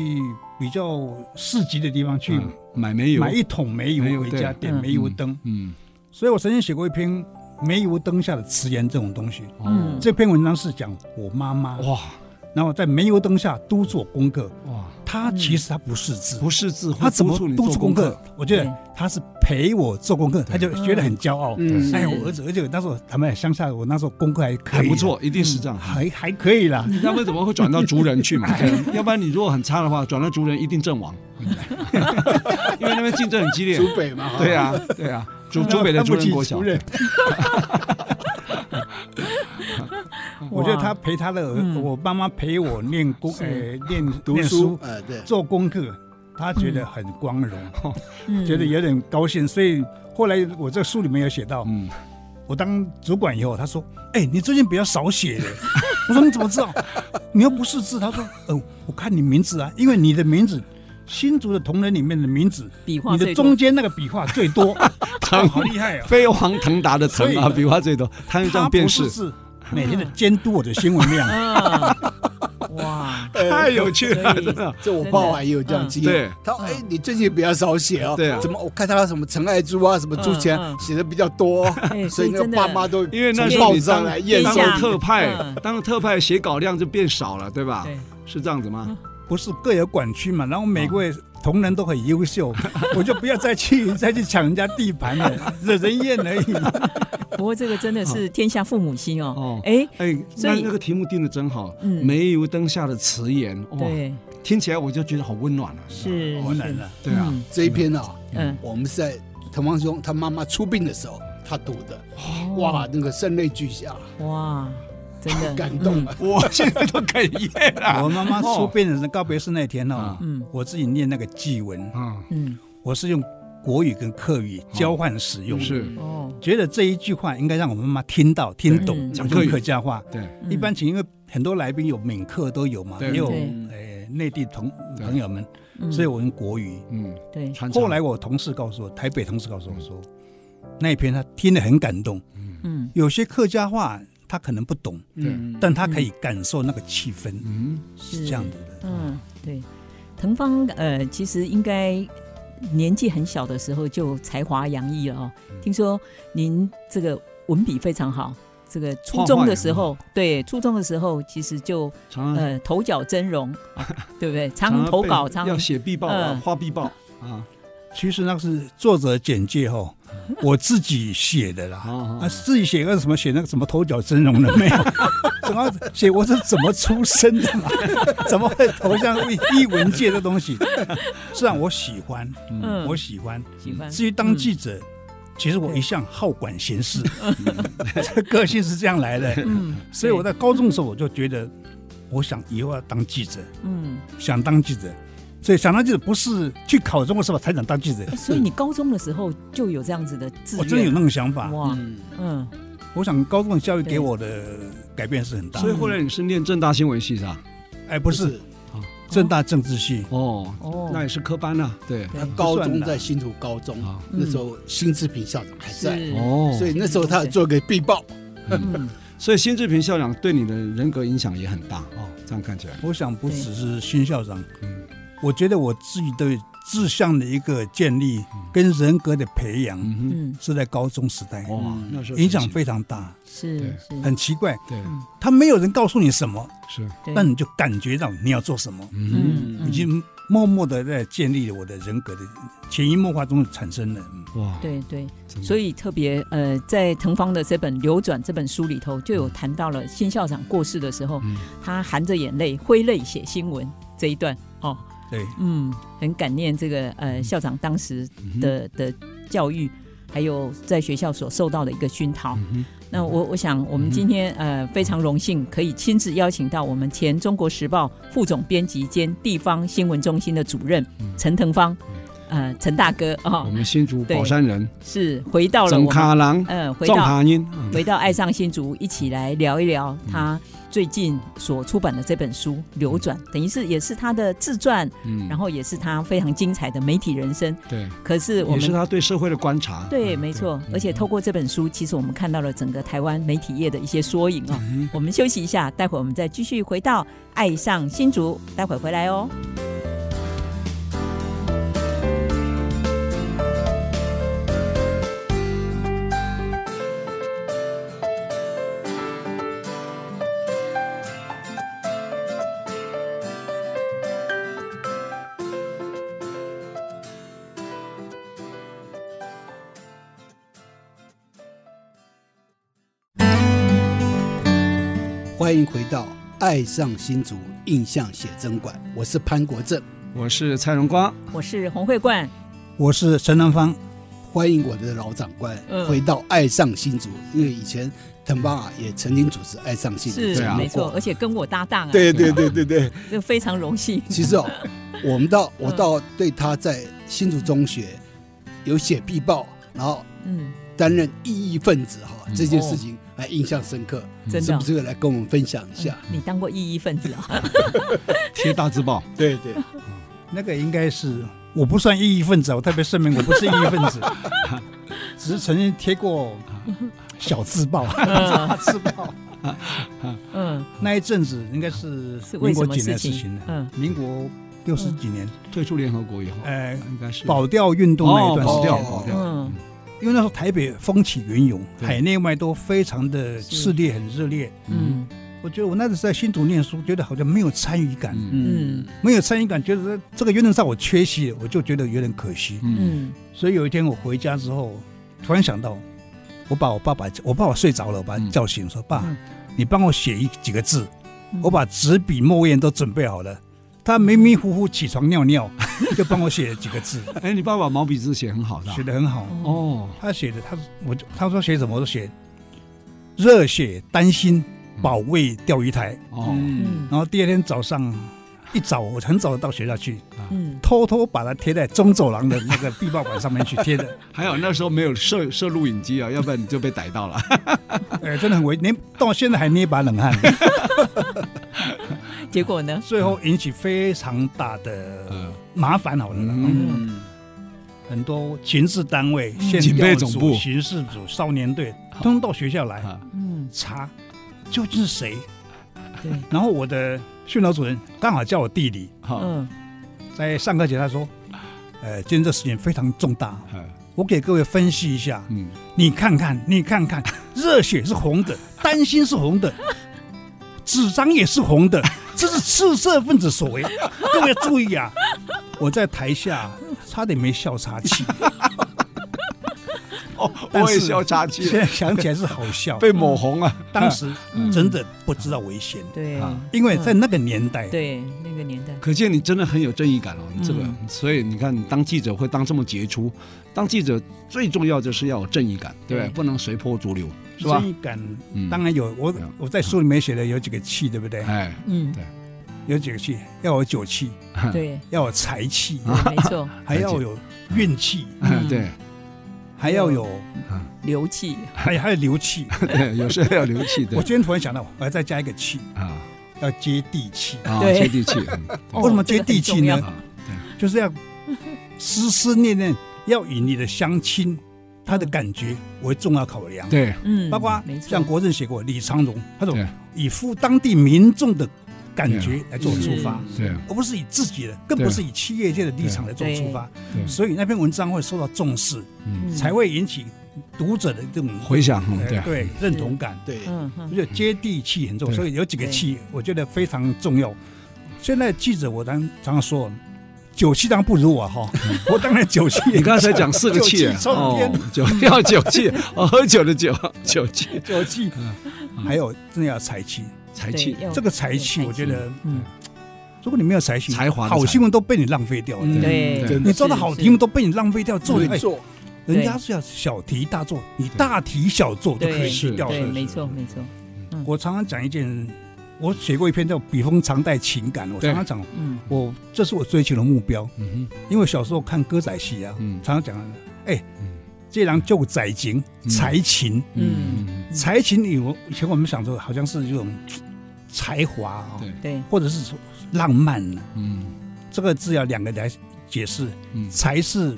[SPEAKER 5] 比较市集的地方去
[SPEAKER 1] 嗯买煤油
[SPEAKER 5] 买，一桶煤
[SPEAKER 1] 煤
[SPEAKER 5] 油
[SPEAKER 1] 油
[SPEAKER 5] 回
[SPEAKER 1] 对
[SPEAKER 5] 家点煤油灯。
[SPEAKER 1] 嗯，
[SPEAKER 5] 所以我曾经写过一篇《煤油灯下的词言》这种东西。
[SPEAKER 1] 哦，
[SPEAKER 3] 嗯，
[SPEAKER 5] 这篇文章是讲我妈妈，
[SPEAKER 1] 哇
[SPEAKER 5] 然后在煤油灯下督促我功课。
[SPEAKER 1] 哇，
[SPEAKER 5] 她其实她不识字，
[SPEAKER 1] 嗯不识字，
[SPEAKER 5] 她怎么
[SPEAKER 1] 督促你
[SPEAKER 5] 督
[SPEAKER 1] 做
[SPEAKER 5] 促功
[SPEAKER 1] 功
[SPEAKER 5] 课？？我觉
[SPEAKER 3] 对
[SPEAKER 5] 得她是陪我做功课，她就觉得很骄傲。
[SPEAKER 2] 嗯
[SPEAKER 5] 哎，我儿子，而且那时候他们乡下，我那时候功课还可以，
[SPEAKER 1] 很不，错，嗯一定是这样。
[SPEAKER 5] 还还可以啦。
[SPEAKER 1] 要不然怎么会转到族人去嘛？对啊要不然你如果很差的话，转到族人一定阵亡，因为那边竞争很激烈。
[SPEAKER 2] 竹北嘛，
[SPEAKER 1] 对
[SPEAKER 2] 啊，
[SPEAKER 1] 啊，对啊，竹竹北的族人国小
[SPEAKER 5] 看不，起族人我觉得他陪他的儿，
[SPEAKER 3] 嗯
[SPEAKER 5] 我妈妈陪我念功，呃，念
[SPEAKER 2] 读
[SPEAKER 5] 念
[SPEAKER 2] 书，哎，对，
[SPEAKER 5] 做功课，他觉得很光荣，
[SPEAKER 3] 嗯
[SPEAKER 5] 觉得有点高兴，所以后来我这书里面有写到，
[SPEAKER 1] 嗯，
[SPEAKER 5] 我当主管以后，他说：“哎、你最近比较少写了。” 我说：“你怎么知道？你又不识字。”他说：“哦、我看你名字啊，因为你的名字。”新竹的同仁里面的名字，
[SPEAKER 3] 笔画
[SPEAKER 5] 你的
[SPEAKER 3] 最多
[SPEAKER 5] 中间那个笔画最多，
[SPEAKER 1] 唐
[SPEAKER 5] 好厉害 啊！
[SPEAKER 1] 飞黄腾达的腾啊，
[SPEAKER 5] 所以
[SPEAKER 1] 笔画最多，他用这
[SPEAKER 5] 他
[SPEAKER 1] 样
[SPEAKER 5] 不
[SPEAKER 1] 辨
[SPEAKER 5] 是
[SPEAKER 1] 识，
[SPEAKER 5] 字，每天的监督我的新闻 量。
[SPEAKER 3] 嗯，哇，
[SPEAKER 1] 太有趣了，
[SPEAKER 3] 所以
[SPEAKER 1] 真的。
[SPEAKER 2] 这我爸爸也有这样经
[SPEAKER 1] 对
[SPEAKER 2] 验。他说：“哎，你最近比较少写哦，
[SPEAKER 1] 对啊
[SPEAKER 2] 怎么我看他什么陈爱珠啊，什么朱钱
[SPEAKER 3] 嗯嗯
[SPEAKER 2] 写的比较多哦，
[SPEAKER 3] 哎
[SPEAKER 2] 所以那
[SPEAKER 3] 真
[SPEAKER 2] 个
[SPEAKER 3] 的
[SPEAKER 2] 爸妈都
[SPEAKER 1] 因为那时
[SPEAKER 2] 从
[SPEAKER 1] 候
[SPEAKER 2] 报
[SPEAKER 1] 你
[SPEAKER 2] 上
[SPEAKER 1] 当
[SPEAKER 2] 来验
[SPEAKER 3] 当
[SPEAKER 2] 收
[SPEAKER 3] 一
[SPEAKER 1] 了
[SPEAKER 3] 下
[SPEAKER 1] 特派
[SPEAKER 3] 嗯，
[SPEAKER 1] 当了特派写稿量就变少了，对吧？
[SPEAKER 3] 对，嗯
[SPEAKER 1] 是这样子吗？
[SPEAKER 5] 不是各有管区嘛，然后每位同仁都很优 秀，我就不要再去 再去抢人家地盘了，惹人厌而已。
[SPEAKER 3] 不过这个真的 是天下父母心哦
[SPEAKER 1] 哦，
[SPEAKER 3] 哎，
[SPEAKER 1] 哎，
[SPEAKER 3] 所
[SPEAKER 1] 那
[SPEAKER 3] 以
[SPEAKER 1] 那个题目定的真好，
[SPEAKER 3] 嗯
[SPEAKER 1] 煤油灯下的词言，哇，
[SPEAKER 3] 对，
[SPEAKER 1] 听起来我就觉得好温暖啊。
[SPEAKER 3] 是
[SPEAKER 5] 我冷了，
[SPEAKER 1] 对啊，
[SPEAKER 2] 这一篇啊，
[SPEAKER 3] 嗯，
[SPEAKER 2] 我们是在滕方兄他妈妈出殡的时候他读的，
[SPEAKER 3] 哦
[SPEAKER 2] 哇，那个声泪俱下，
[SPEAKER 3] 哇，真 的
[SPEAKER 2] 感动，
[SPEAKER 3] 嗯
[SPEAKER 2] 啊！
[SPEAKER 1] 我现在都哽咽了。
[SPEAKER 5] 我妈妈出殡的人告别式那天哦，
[SPEAKER 3] 嗯
[SPEAKER 5] 我自己念那个祭文，
[SPEAKER 1] 啊，
[SPEAKER 3] 嗯，
[SPEAKER 5] 我是用国语跟客语交换使用，
[SPEAKER 1] 是
[SPEAKER 3] 嗯哦，
[SPEAKER 5] 觉得这一句话应该让我妈妈听到听懂，
[SPEAKER 3] 嗯
[SPEAKER 5] 讲
[SPEAKER 1] 讲客语
[SPEAKER 5] 客家话。
[SPEAKER 1] 对，
[SPEAKER 3] 嗯
[SPEAKER 5] 一般请，因为很多来宾有闽客都有嘛，
[SPEAKER 1] 对
[SPEAKER 5] 也有
[SPEAKER 3] 对
[SPEAKER 5] 呃内地同
[SPEAKER 1] 对
[SPEAKER 5] 朋友们，
[SPEAKER 3] 嗯
[SPEAKER 5] 所以我用国语。
[SPEAKER 1] 嗯，
[SPEAKER 3] 对，
[SPEAKER 1] 穿插
[SPEAKER 5] 后来我同事告诉我，台北同事告诉我说，那一篇他听得很感动。
[SPEAKER 3] 嗯
[SPEAKER 5] 有些客家话他可能不懂，
[SPEAKER 1] 对，
[SPEAKER 5] 但他可以感受那个气氛，
[SPEAKER 1] 嗯，
[SPEAKER 5] 是这样子的。
[SPEAKER 3] 嗯，对，滕芳呃，其实应该年纪很小的时候就才华洋溢了哦。听说您这个文笔非常好，这个初中的时候，对，初中的时候其实就
[SPEAKER 1] 常常
[SPEAKER 3] 呃头角峥嵘，啊对不对？常
[SPEAKER 1] 常
[SPEAKER 3] 常投
[SPEAKER 1] 被
[SPEAKER 3] 稿，常
[SPEAKER 1] 要写必报啊，
[SPEAKER 3] 嗯
[SPEAKER 1] 画必报啊，
[SPEAKER 5] 其实那个是作者简介哦，我自己写的啦，
[SPEAKER 1] 好好
[SPEAKER 5] 啊，自己写个什么写那个什么头角峥嵘的没有， 怎么写我是怎么出生的嘛？ 怎么会投向艺艺文界的东西？是啊，我喜欢，
[SPEAKER 3] 嗯
[SPEAKER 5] 我喜欢。
[SPEAKER 3] 喜欢。
[SPEAKER 5] 至于当记者，其实我一向好管闲事，这个性是这样来的。
[SPEAKER 3] 嗯，嗯，
[SPEAKER 5] 所以我在高中的时候我就觉得，我想以后要当记者，
[SPEAKER 3] 嗯，
[SPEAKER 5] 想当记者。所以想当记者不是去考中的时候才想当记者，
[SPEAKER 3] 哎所以你高中的时候就有这样子的志
[SPEAKER 5] 我
[SPEAKER 3] 愿，
[SPEAKER 5] 哦真的有那种想法。
[SPEAKER 3] 哇，
[SPEAKER 1] 嗯
[SPEAKER 3] 嗯，
[SPEAKER 5] 我想高中的教育
[SPEAKER 3] 对
[SPEAKER 5] 给我的改变是很大
[SPEAKER 1] 所。以后来你是念正大新闻系是吧？
[SPEAKER 5] 哎，不是，正大政治系，
[SPEAKER 1] 哦，
[SPEAKER 3] 哦，
[SPEAKER 1] 那也是科班呐、啊对，
[SPEAKER 2] 他
[SPEAKER 3] 对
[SPEAKER 2] 高
[SPEAKER 5] 不算
[SPEAKER 2] 中
[SPEAKER 5] 啦
[SPEAKER 2] 在新竹高中
[SPEAKER 1] 啊，
[SPEAKER 2] 那时候辛志平校长还在，
[SPEAKER 3] 是，
[SPEAKER 1] 哦，
[SPEAKER 2] 所以那时候他做个必报，
[SPEAKER 3] 嗯，
[SPEAKER 1] 所以辛志平校长对你的人格影响也很大哦，这样看起来，
[SPEAKER 5] 我想不
[SPEAKER 3] 对
[SPEAKER 5] 只是新校长
[SPEAKER 1] 嗯，
[SPEAKER 5] 我觉得我自己的志向的一个建立跟人格的培养
[SPEAKER 1] 嗯哦
[SPEAKER 3] 嗯，
[SPEAKER 5] 是在高中时代
[SPEAKER 1] 哼，，哇，那时候
[SPEAKER 5] 影响非常大。
[SPEAKER 3] 是
[SPEAKER 1] 对
[SPEAKER 3] 是，
[SPEAKER 5] 很奇怪，
[SPEAKER 1] 对，
[SPEAKER 5] 他没有人告诉你什么，
[SPEAKER 1] 是，
[SPEAKER 3] 对
[SPEAKER 5] 但你就感觉到你要做什么，
[SPEAKER 3] 嗯
[SPEAKER 5] 已经默默的在建立了我的人格的潜移默化中产生了。嗯
[SPEAKER 1] 哇，
[SPEAKER 3] 对对，
[SPEAKER 1] 真的，
[SPEAKER 3] 所以特别呃，在滕芳的这本《流转》这本书里头，就有谈到了新校长过世的时候，
[SPEAKER 1] 嗯
[SPEAKER 3] 他含着眼泪挥泪写新闻这一段哦，
[SPEAKER 5] 对，
[SPEAKER 3] 嗯，很感念这个呃校长当时
[SPEAKER 1] 嗯哼，
[SPEAKER 3] 的的教育，还有在学校所受到的一个熏陶。
[SPEAKER 1] 嗯
[SPEAKER 3] 那我我想，我们今天呃非常荣幸可以亲自邀请到我们前《中国时报》副总编辑兼地方新闻中心的主任陈腾芳，呃，陈大哥
[SPEAKER 1] 哼，
[SPEAKER 3] 哦
[SPEAKER 1] 嗯我，们新竹
[SPEAKER 3] 对
[SPEAKER 1] 宝山人，
[SPEAKER 3] 是回到了
[SPEAKER 1] 整
[SPEAKER 3] 我们
[SPEAKER 1] 卡郎，
[SPEAKER 3] 呃回
[SPEAKER 1] 重
[SPEAKER 3] 到
[SPEAKER 1] 卡音，
[SPEAKER 3] 回到爱上新竹，一起来聊一聊
[SPEAKER 1] 嗯
[SPEAKER 3] 他最近所出版的这本书《流转》，等于是也是他的自传，
[SPEAKER 1] 嗯，
[SPEAKER 3] 然后也是他非常精彩的媒体人生。
[SPEAKER 1] 对，
[SPEAKER 3] 可是我
[SPEAKER 1] 也是
[SPEAKER 3] 们。
[SPEAKER 1] 他嗯对社会的观察，
[SPEAKER 3] 对，没错，而且透过这本书，其实我们看到了整个台湾媒体业的一些缩影哦。
[SPEAKER 1] 嗯
[SPEAKER 3] 我们休息一下，待会儿我们再继续回到《爱上新竹》，待会儿回来哦。
[SPEAKER 2] 欢迎回到《爱上新竹印象写真馆》，我是潘国正，
[SPEAKER 1] 我是蔡荣 光，
[SPEAKER 3] 我是洪慧冠，
[SPEAKER 5] 我是陈南芳，
[SPEAKER 2] 欢迎我的老长官
[SPEAKER 3] 嗯
[SPEAKER 2] 回到《爱上新竹》，因为以前滕邦啊也曾经主持《爱上新竹》
[SPEAKER 3] 是
[SPEAKER 1] 对
[SPEAKER 2] 节
[SPEAKER 1] 啊
[SPEAKER 3] 没
[SPEAKER 2] 目
[SPEAKER 3] 错，
[SPEAKER 2] 过，
[SPEAKER 3] 而且跟我搭档啊，，
[SPEAKER 2] 对对对对对，
[SPEAKER 3] 这非常荣幸。
[SPEAKER 2] 其实哦，我们到我
[SPEAKER 3] 嗯
[SPEAKER 2] 到对他在新竹中学有写必报，然后
[SPEAKER 3] 嗯，
[SPEAKER 2] 担任异议分子哈
[SPEAKER 1] 嗯
[SPEAKER 2] 这件事情还印象深刻，
[SPEAKER 3] 嗯真
[SPEAKER 2] 是
[SPEAKER 3] 的
[SPEAKER 2] 不，是来跟我们分享一
[SPEAKER 1] 啊
[SPEAKER 2] 下？
[SPEAKER 3] 嗯你当过异议分子啊？
[SPEAKER 1] 贴大字
[SPEAKER 3] 嗯
[SPEAKER 1] 报，
[SPEAKER 2] 对对，
[SPEAKER 5] 那个应该是我不算异议分子啊，我特别声明我不是异议分子， 只是曾经贴过小自爆， 大自爆。
[SPEAKER 3] 嗯，
[SPEAKER 5] 那一阵子应该是
[SPEAKER 3] 是为什
[SPEAKER 5] 民国
[SPEAKER 3] 么
[SPEAKER 5] 几年
[SPEAKER 3] 事
[SPEAKER 5] 的事
[SPEAKER 3] 情
[SPEAKER 5] 情？呢？
[SPEAKER 3] 嗯，
[SPEAKER 5] 民国六十几年，
[SPEAKER 1] 退出联合国以后，
[SPEAKER 5] 呃，
[SPEAKER 1] 应该是
[SPEAKER 5] 保钓运动那一段时
[SPEAKER 1] 保
[SPEAKER 5] 间，
[SPEAKER 1] 钓，
[SPEAKER 2] 哦
[SPEAKER 1] 保钓，
[SPEAKER 3] 嗯
[SPEAKER 5] 因为那时候台北风起云涌，
[SPEAKER 1] 对
[SPEAKER 5] 海内外都非常的炽烈，很热烈。
[SPEAKER 3] 嗯
[SPEAKER 5] 我觉得我那时候在新竹念书，觉得好像没有参与感，
[SPEAKER 1] 嗯
[SPEAKER 3] 嗯
[SPEAKER 5] 没有参与感，觉得这个运动上我缺席了，我就觉得有点可惜。
[SPEAKER 1] 嗯，
[SPEAKER 3] 嗯
[SPEAKER 5] 所以有一天我回家之后，突然想到，我把我爸爸，我爸爸睡着了，我把他叫醒，说：“爸
[SPEAKER 3] 嗯，
[SPEAKER 5] 你帮我写一几个字。”
[SPEAKER 3] 嗯
[SPEAKER 5] 我把纸笔墨砚都准备好了。他迷迷糊糊起床尿尿，就帮我写了几个字，
[SPEAKER 1] 哎，你爸爸毛笔字写很好的啊，
[SPEAKER 5] 写的很好。
[SPEAKER 1] 哦，
[SPEAKER 5] 他写的，他我就他说写什么，我就写热血担心保卫钓鱼台。
[SPEAKER 1] 哦，
[SPEAKER 3] 嗯
[SPEAKER 5] 然后第二天早上一早，我很早到学校去，
[SPEAKER 3] 嗯
[SPEAKER 5] 偷偷把它贴在中走廊的那个壁报板上面去 贴的。
[SPEAKER 1] 还好那时候没有摄摄录影机啊，要不然你就被逮到了。
[SPEAKER 5] 哎，真的很危，连到现在还捏一把冷汗。
[SPEAKER 3] 嗯，结果呢？
[SPEAKER 5] 最后引起非常大的
[SPEAKER 1] 呃，
[SPEAKER 5] 麻烦，好了 啦。
[SPEAKER 3] 嗯
[SPEAKER 5] 很多情治单位、
[SPEAKER 1] 嗯
[SPEAKER 5] 县
[SPEAKER 1] 警备
[SPEAKER 5] 调
[SPEAKER 1] 总
[SPEAKER 5] 组
[SPEAKER 1] 部
[SPEAKER 5] 刑事组、少年队，通通到学校来
[SPEAKER 1] 啊，
[SPEAKER 3] 嗯，
[SPEAKER 5] 查究竟是谁。
[SPEAKER 3] 对，
[SPEAKER 5] 然后我的训导主任刚好叫我弟弟，
[SPEAKER 1] 好，
[SPEAKER 3] 嗯
[SPEAKER 5] 在上课前他说：“呃，今天这事情非常重大，
[SPEAKER 1] 哎
[SPEAKER 5] 我给各位分析一下，
[SPEAKER 1] 嗯，
[SPEAKER 5] 你看看，你看看，热血是红的，担心是红的，纸张也是红的，这是赤色分子所为，各位注意啊！”我在台下差点没笑岔气。但
[SPEAKER 1] 哦我也
[SPEAKER 5] 是
[SPEAKER 1] 笑岔气
[SPEAKER 5] 现
[SPEAKER 1] 了，
[SPEAKER 5] 在想起来是好笑。
[SPEAKER 1] 被抹红啊！
[SPEAKER 5] 当时
[SPEAKER 3] 嗯
[SPEAKER 5] 真的不知道危险，
[SPEAKER 3] 对
[SPEAKER 1] 啊
[SPEAKER 5] 因为在那个年代，
[SPEAKER 3] 对那个年代，
[SPEAKER 1] 可见你真的很有正义感哦，你这个，
[SPEAKER 3] 嗯
[SPEAKER 1] 所以你看，你当记者会当这么杰出，当记者最重要就是要有正义感，对不对？
[SPEAKER 3] 对
[SPEAKER 1] 不能随波逐流，是吧
[SPEAKER 5] 正？义感
[SPEAKER 1] 嗯
[SPEAKER 5] 当然有。我
[SPEAKER 1] 对啊
[SPEAKER 5] 我在书里面写的有几个气，对不对？
[SPEAKER 1] 哎，
[SPEAKER 3] 嗯，
[SPEAKER 5] 有几个气，要有酒气，
[SPEAKER 3] 对，
[SPEAKER 5] 要有财气，
[SPEAKER 3] 对没错，
[SPEAKER 5] 还要有运气，
[SPEAKER 3] 啊嗯
[SPEAKER 1] 对
[SPEAKER 5] 还要有
[SPEAKER 3] 流气，
[SPEAKER 5] 还还有流气。
[SPEAKER 1] 对，有时候要流气的
[SPEAKER 5] 我今天突然想到，我要再加一个气，
[SPEAKER 1] 啊
[SPEAKER 5] 要接地气。
[SPEAKER 1] 啊，
[SPEAKER 3] 对
[SPEAKER 1] 接地气，嗯
[SPEAKER 5] 为什么
[SPEAKER 3] 哦这
[SPEAKER 5] 接
[SPEAKER 3] 个
[SPEAKER 5] 地
[SPEAKER 3] 很
[SPEAKER 5] 气
[SPEAKER 3] 重要
[SPEAKER 5] 呢？
[SPEAKER 1] 啊，
[SPEAKER 5] 就是要思思念念，要以你的乡亲他的感觉为重要考量。
[SPEAKER 1] 对
[SPEAKER 3] 嗯，
[SPEAKER 5] 包括
[SPEAKER 3] 没错
[SPEAKER 5] 像国政写过李长荣，他说
[SPEAKER 1] 对
[SPEAKER 5] 以服当地民众的感
[SPEAKER 3] 啊
[SPEAKER 5] 觉来做出发，
[SPEAKER 1] 对对
[SPEAKER 5] 而不是以自己的，更
[SPEAKER 1] 对
[SPEAKER 5] 不是以企业界的立场来做出发。
[SPEAKER 1] 对
[SPEAKER 5] 所以那篇文章会受到重视，
[SPEAKER 1] 嗯，
[SPEAKER 3] 嗯
[SPEAKER 5] 才会引起读者的这种
[SPEAKER 1] 回想，嗯
[SPEAKER 5] 呃
[SPEAKER 1] 对
[SPEAKER 5] 对认同感。
[SPEAKER 2] 对，
[SPEAKER 3] 嗯
[SPEAKER 5] 我
[SPEAKER 3] 嗯
[SPEAKER 5] 觉得接地气很重要，
[SPEAKER 1] 对
[SPEAKER 5] 所以有几个气，我觉得非常重要。现在记者我常常常说，酒气当然不如我哈，我当然酒气。
[SPEAKER 1] 嗯你刚才讲四个气啊哦
[SPEAKER 5] 酒气冲天，
[SPEAKER 1] 酒 要酒气，哦，喝酒的酒， 酒气，
[SPEAKER 5] 酒气，
[SPEAKER 1] 嗯
[SPEAKER 5] 还有真的要财气。
[SPEAKER 1] 财
[SPEAKER 3] 对
[SPEAKER 1] 气，
[SPEAKER 3] 要
[SPEAKER 5] 这个财气，
[SPEAKER 3] 有
[SPEAKER 5] 我觉得
[SPEAKER 3] 嗯
[SPEAKER 5] 如果你没有才气，
[SPEAKER 1] 才华的才
[SPEAKER 5] 好新闻都被你浪费掉了。
[SPEAKER 1] 嗯
[SPEAKER 3] 对，
[SPEAKER 1] 真
[SPEAKER 5] 你做的好题目
[SPEAKER 3] 是
[SPEAKER 5] 都被你浪费掉，做的
[SPEAKER 2] 会
[SPEAKER 5] 哎，
[SPEAKER 2] 做，
[SPEAKER 5] 人家是要小题大做，你大题小做都可以洗掉
[SPEAKER 3] 对，
[SPEAKER 5] 了。
[SPEAKER 3] 没错没错，
[SPEAKER 5] 我常常讲一件，我写过一篇叫《笔锋常带情感》，我
[SPEAKER 1] 对
[SPEAKER 5] 常常讲，
[SPEAKER 3] 嗯
[SPEAKER 5] 我这是我追求的目标，
[SPEAKER 1] 嗯哼
[SPEAKER 5] 因为小时候看歌仔戏啊，
[SPEAKER 1] 嗯
[SPEAKER 5] 常常讲，哎
[SPEAKER 1] 嗯，
[SPEAKER 5] 这人就仔情、才情，
[SPEAKER 3] 嗯，
[SPEAKER 1] 嗯，
[SPEAKER 5] 才情以我以前我们想说好像是这种才华啊，
[SPEAKER 1] 对
[SPEAKER 3] 对，
[SPEAKER 5] 或者是说浪漫呢、
[SPEAKER 1] 嗯
[SPEAKER 5] 这个字要两个来解释，
[SPEAKER 1] 嗯
[SPEAKER 5] 才是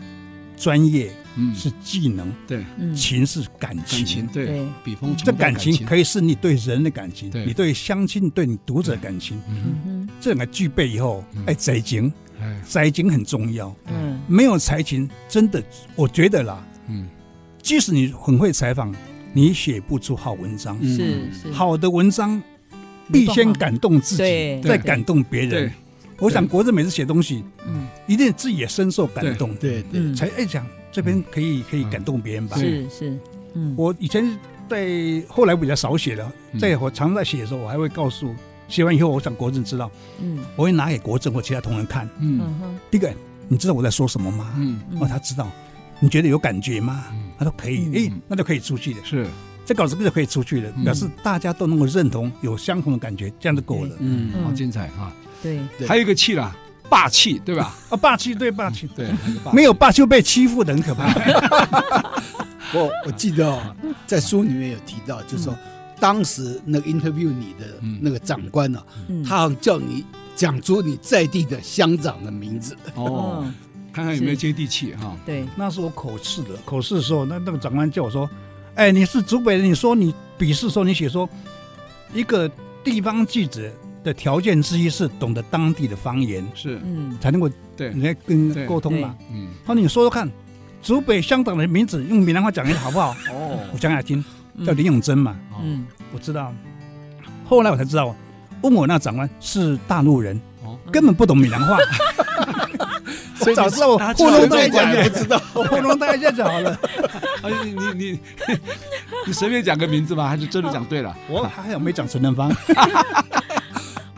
[SPEAKER 5] 专业，
[SPEAKER 1] 嗯，
[SPEAKER 5] 是技能，
[SPEAKER 1] 对
[SPEAKER 3] 嗯
[SPEAKER 5] 情是感
[SPEAKER 1] 感
[SPEAKER 5] 情。
[SPEAKER 1] 情，对
[SPEAKER 3] 对，
[SPEAKER 1] 笔锋
[SPEAKER 5] 这
[SPEAKER 1] 承载
[SPEAKER 5] 感情可以是你对人的感情，
[SPEAKER 1] 对
[SPEAKER 5] 你对乡亲、对你读者的感情，
[SPEAKER 1] 嗯
[SPEAKER 3] 嗯
[SPEAKER 5] 这两个具备以后
[SPEAKER 1] 嗯，
[SPEAKER 5] 哎，才情，
[SPEAKER 1] 哼，哎，
[SPEAKER 5] 才情很重要。
[SPEAKER 3] 哼嗯
[SPEAKER 5] 没有才情，真的，我觉得啦，
[SPEAKER 1] 嗯，
[SPEAKER 5] 即使你很会采访，你写不出好文章。
[SPEAKER 1] 嗯
[SPEAKER 3] 是是
[SPEAKER 5] 好的文章
[SPEAKER 3] 没
[SPEAKER 5] 必
[SPEAKER 3] 办法
[SPEAKER 5] 先感动自己
[SPEAKER 3] 对，
[SPEAKER 5] 再
[SPEAKER 3] 对
[SPEAKER 5] 感动别
[SPEAKER 1] 对
[SPEAKER 5] 人。，我想国政每次写东西，
[SPEAKER 3] 嗯
[SPEAKER 5] 一定自己也深受感动，
[SPEAKER 2] 对对，
[SPEAKER 3] 嗯
[SPEAKER 5] 才哎讲这边可以可以感动别人吧。
[SPEAKER 3] 是是嗯
[SPEAKER 5] 我以前在后来比较少写了，
[SPEAKER 1] 嗯
[SPEAKER 5] 在我常在写的时候，我还会告诉写完以后，我想国政知道，
[SPEAKER 3] 嗯
[SPEAKER 5] 我会拿给国政或其他同仁看。
[SPEAKER 1] 嗯
[SPEAKER 3] 嗯哼
[SPEAKER 5] 第一个，你知道我在说什么吗？
[SPEAKER 1] 嗯，
[SPEAKER 3] 嗯
[SPEAKER 5] 哦，他知道。你觉得有感觉吗？
[SPEAKER 1] 嗯
[SPEAKER 5] 他说可以，
[SPEAKER 3] 嗯
[SPEAKER 5] 诶，
[SPEAKER 1] 嗯
[SPEAKER 5] 那就可以出去了。
[SPEAKER 1] 是，
[SPEAKER 5] 这稿子就可以出去了，
[SPEAKER 1] 嗯
[SPEAKER 5] 表示大家都能够认同，有相同的感觉，这样就够了。
[SPEAKER 1] 嗯，好
[SPEAKER 3] 嗯
[SPEAKER 1] 精彩啊！
[SPEAKER 3] 对
[SPEAKER 2] 对
[SPEAKER 1] 还有一个气啦，霸气，对吧？
[SPEAKER 5] 啊，霸气对霸气，
[SPEAKER 1] 对，还有霸气
[SPEAKER 5] 没有霸气就被欺负的很可怕。
[SPEAKER 2] 我我记得哦，在书里面有提到，就是说
[SPEAKER 3] 嗯
[SPEAKER 2] 当时那个 interview 你的
[SPEAKER 1] 嗯
[SPEAKER 2] 那个长官呢，
[SPEAKER 3] 嗯
[SPEAKER 2] 他好像叫你讲出你在地的乡长的名字，
[SPEAKER 1] 哦，
[SPEAKER 3] 嗯
[SPEAKER 1] 看看有没有接地气哈。
[SPEAKER 3] 对
[SPEAKER 5] 那是我口试的，口试的时候，那那个长官叫我说：“哎，你是主北人，你说你笔试的时候你写说，一个地方记者的条件之一是懂得当地的方言，
[SPEAKER 1] 是，
[SPEAKER 3] 嗯
[SPEAKER 5] 才能够
[SPEAKER 1] 对，
[SPEAKER 5] 人家跟
[SPEAKER 1] 对
[SPEAKER 5] 人沟通嘛。
[SPEAKER 1] 嗯，”
[SPEAKER 5] 他说：“你说说看，主北香港的名字用闽南话讲一下好不好
[SPEAKER 1] 哦？”
[SPEAKER 5] 我，讲给他听，
[SPEAKER 3] 嗯
[SPEAKER 5] 叫林永珍嘛，
[SPEAKER 3] 嗯
[SPEAKER 5] 我知道。后来我才知道，问我那长官是大陆人，
[SPEAKER 1] 哦
[SPEAKER 5] 根本不懂闽南话。
[SPEAKER 2] 所以
[SPEAKER 5] 早知道我
[SPEAKER 1] 大家
[SPEAKER 5] 糊弄大
[SPEAKER 2] 大家
[SPEAKER 5] 家
[SPEAKER 2] 也， 不知道。
[SPEAKER 5] 我糊弄大家就好了。
[SPEAKER 1] 哎，你你你你随便讲个名字吧，还是真的讲对了？啊
[SPEAKER 5] 我还好没讲 陈仁芳。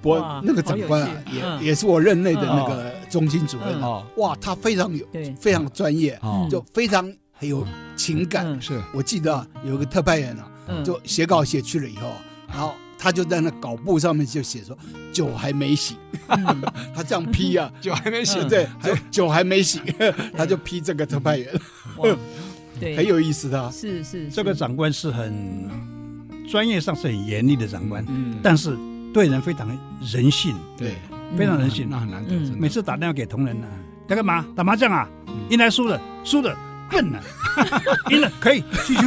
[SPEAKER 2] 我
[SPEAKER 3] 哇
[SPEAKER 2] 那个长官啊
[SPEAKER 3] 好有，趣嗯
[SPEAKER 2] 也也是我任内的那个中心主任啊，
[SPEAKER 1] 哦
[SPEAKER 2] 哇，他非常有
[SPEAKER 3] 对嗯
[SPEAKER 2] 非常专业，
[SPEAKER 1] 哦，
[SPEAKER 2] 就非常很有情感。
[SPEAKER 3] 嗯
[SPEAKER 1] 是，
[SPEAKER 2] 我记得啊有个特派员啊，
[SPEAKER 3] 嗯
[SPEAKER 2] 就写稿写去了以后啊，然后他就在那稿簿上面就写说酒还没醒，
[SPEAKER 3] 嗯
[SPEAKER 2] 他这样批啊，
[SPEAKER 1] 酒还没嗯醒，
[SPEAKER 3] 嗯
[SPEAKER 2] 对，就酒还没 醒，他就批这个特派员，
[SPEAKER 3] 哇对
[SPEAKER 2] 很有意思的啊。
[SPEAKER 3] 是是
[SPEAKER 5] 这个
[SPEAKER 3] 是
[SPEAKER 5] 长官是很专业上是很严厉的长官，
[SPEAKER 1] 嗯，
[SPEAKER 5] 但是对人非常人性，
[SPEAKER 1] 对，
[SPEAKER 5] 非常
[SPEAKER 3] 嗯
[SPEAKER 5] 人性。
[SPEAKER 1] 那很难得，
[SPEAKER 3] 嗯
[SPEAKER 1] 真的
[SPEAKER 5] 每次打电话给同仁呢、啊，要干嘛？打麻将啊？
[SPEAKER 1] 嗯
[SPEAKER 5] 赢来输了，输了笨了， 赢了可以继续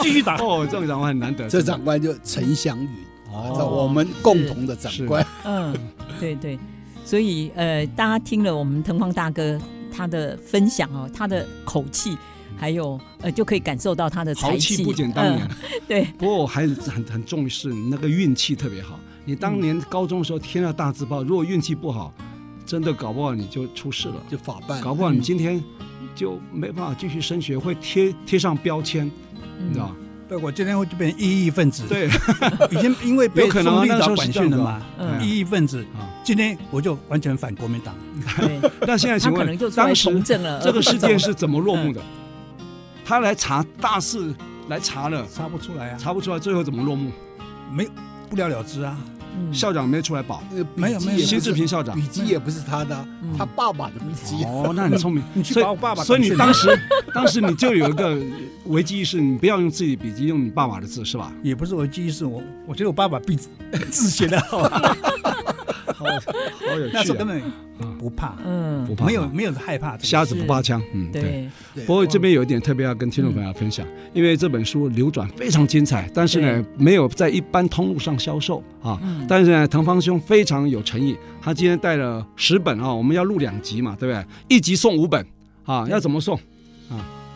[SPEAKER 5] 继续打。
[SPEAKER 1] 哦，这个长官很难得，
[SPEAKER 2] 这
[SPEAKER 1] 真的
[SPEAKER 2] 长官就陈祥云，
[SPEAKER 1] 哦
[SPEAKER 2] 这我们共同的长官，
[SPEAKER 3] 嗯，对对，所以呃，大家听了我们腾芳大哥他的分享哦，他的口气，还有呃，就可以感受到他的
[SPEAKER 1] 豪
[SPEAKER 3] 哦才
[SPEAKER 1] 气
[SPEAKER 3] 气，
[SPEAKER 1] 不减当年
[SPEAKER 3] 嗯，对，
[SPEAKER 1] 不过我还很很重视你那个运气特别好。你
[SPEAKER 3] 嗯
[SPEAKER 1] 当年高中的时候填了大字报，如果运气不好，真的搞不好你就出事了，
[SPEAKER 2] 就法办。
[SPEAKER 3] 嗯
[SPEAKER 1] 搞不好你今天就没办法继续升学，会贴贴上标签，
[SPEAKER 3] 嗯
[SPEAKER 1] 你知道吧？
[SPEAKER 5] 对，我今天会就变成异议分子，，
[SPEAKER 1] 对，
[SPEAKER 5] 已经因为被
[SPEAKER 1] 有可能啊
[SPEAKER 5] 宋立
[SPEAKER 1] 那时
[SPEAKER 5] 岛
[SPEAKER 1] 候
[SPEAKER 5] 管
[SPEAKER 1] 是这
[SPEAKER 5] 训
[SPEAKER 1] 样的
[SPEAKER 5] 了嘛，
[SPEAKER 3] 嗯
[SPEAKER 5] 异议分子
[SPEAKER 1] 啊。
[SPEAKER 5] 今天我就完全反国民党，
[SPEAKER 3] 对，
[SPEAKER 1] 那现在
[SPEAKER 3] 他
[SPEAKER 1] 请
[SPEAKER 3] 可能
[SPEAKER 1] 问
[SPEAKER 3] 就，出来
[SPEAKER 1] 当时
[SPEAKER 3] 从政了。
[SPEAKER 1] 这个事 件是怎么落幕
[SPEAKER 3] 嗯
[SPEAKER 1] 的？他来查大事，来查了，
[SPEAKER 5] 查不出来啊，
[SPEAKER 1] 查不出来，最后怎么落幕？
[SPEAKER 5] 没不了了之啊，
[SPEAKER 3] 嗯
[SPEAKER 1] 校长没出来保，
[SPEAKER 2] 那个笔
[SPEAKER 5] 没有
[SPEAKER 2] 记
[SPEAKER 5] 没有
[SPEAKER 2] 也不
[SPEAKER 1] 辛
[SPEAKER 2] 是
[SPEAKER 1] 志平校长
[SPEAKER 2] 笔。记也不是他的，
[SPEAKER 3] 嗯
[SPEAKER 2] 他爸爸的笔记。
[SPEAKER 1] 哦， 那很聪明。
[SPEAKER 5] 你去
[SPEAKER 1] 所以
[SPEAKER 5] 把我爸爸
[SPEAKER 1] 所以
[SPEAKER 5] 管
[SPEAKER 1] 你
[SPEAKER 5] 训
[SPEAKER 1] 当
[SPEAKER 5] 了
[SPEAKER 1] 时，当时你就有一个危机意识，你不要用自己笔记，用你爸爸的字，是吧？
[SPEAKER 5] 也不是我的记忆是我，我觉得我爸 爸比字写的好，
[SPEAKER 1] 好，好有
[SPEAKER 5] 那时
[SPEAKER 1] 趣
[SPEAKER 5] 候根
[SPEAKER 1] 啊！
[SPEAKER 5] 本不怕，
[SPEAKER 3] 嗯
[SPEAKER 1] 不，怕，
[SPEAKER 5] 没有没有害怕这个事，
[SPEAKER 1] 瞎子不怕枪。嗯，对。
[SPEAKER 3] 对，
[SPEAKER 2] 对
[SPEAKER 1] 不过这边有一点特别要跟听众朋友分享，因为这本书流转非常精彩，但是呢，没有在一般通路上销售啊。
[SPEAKER 3] 嗯，
[SPEAKER 1] 但是呢，滕方兄非常有诚意，他今天带了十本啊，我们要录两集嘛，对不对？一集送五本啊，要怎么送？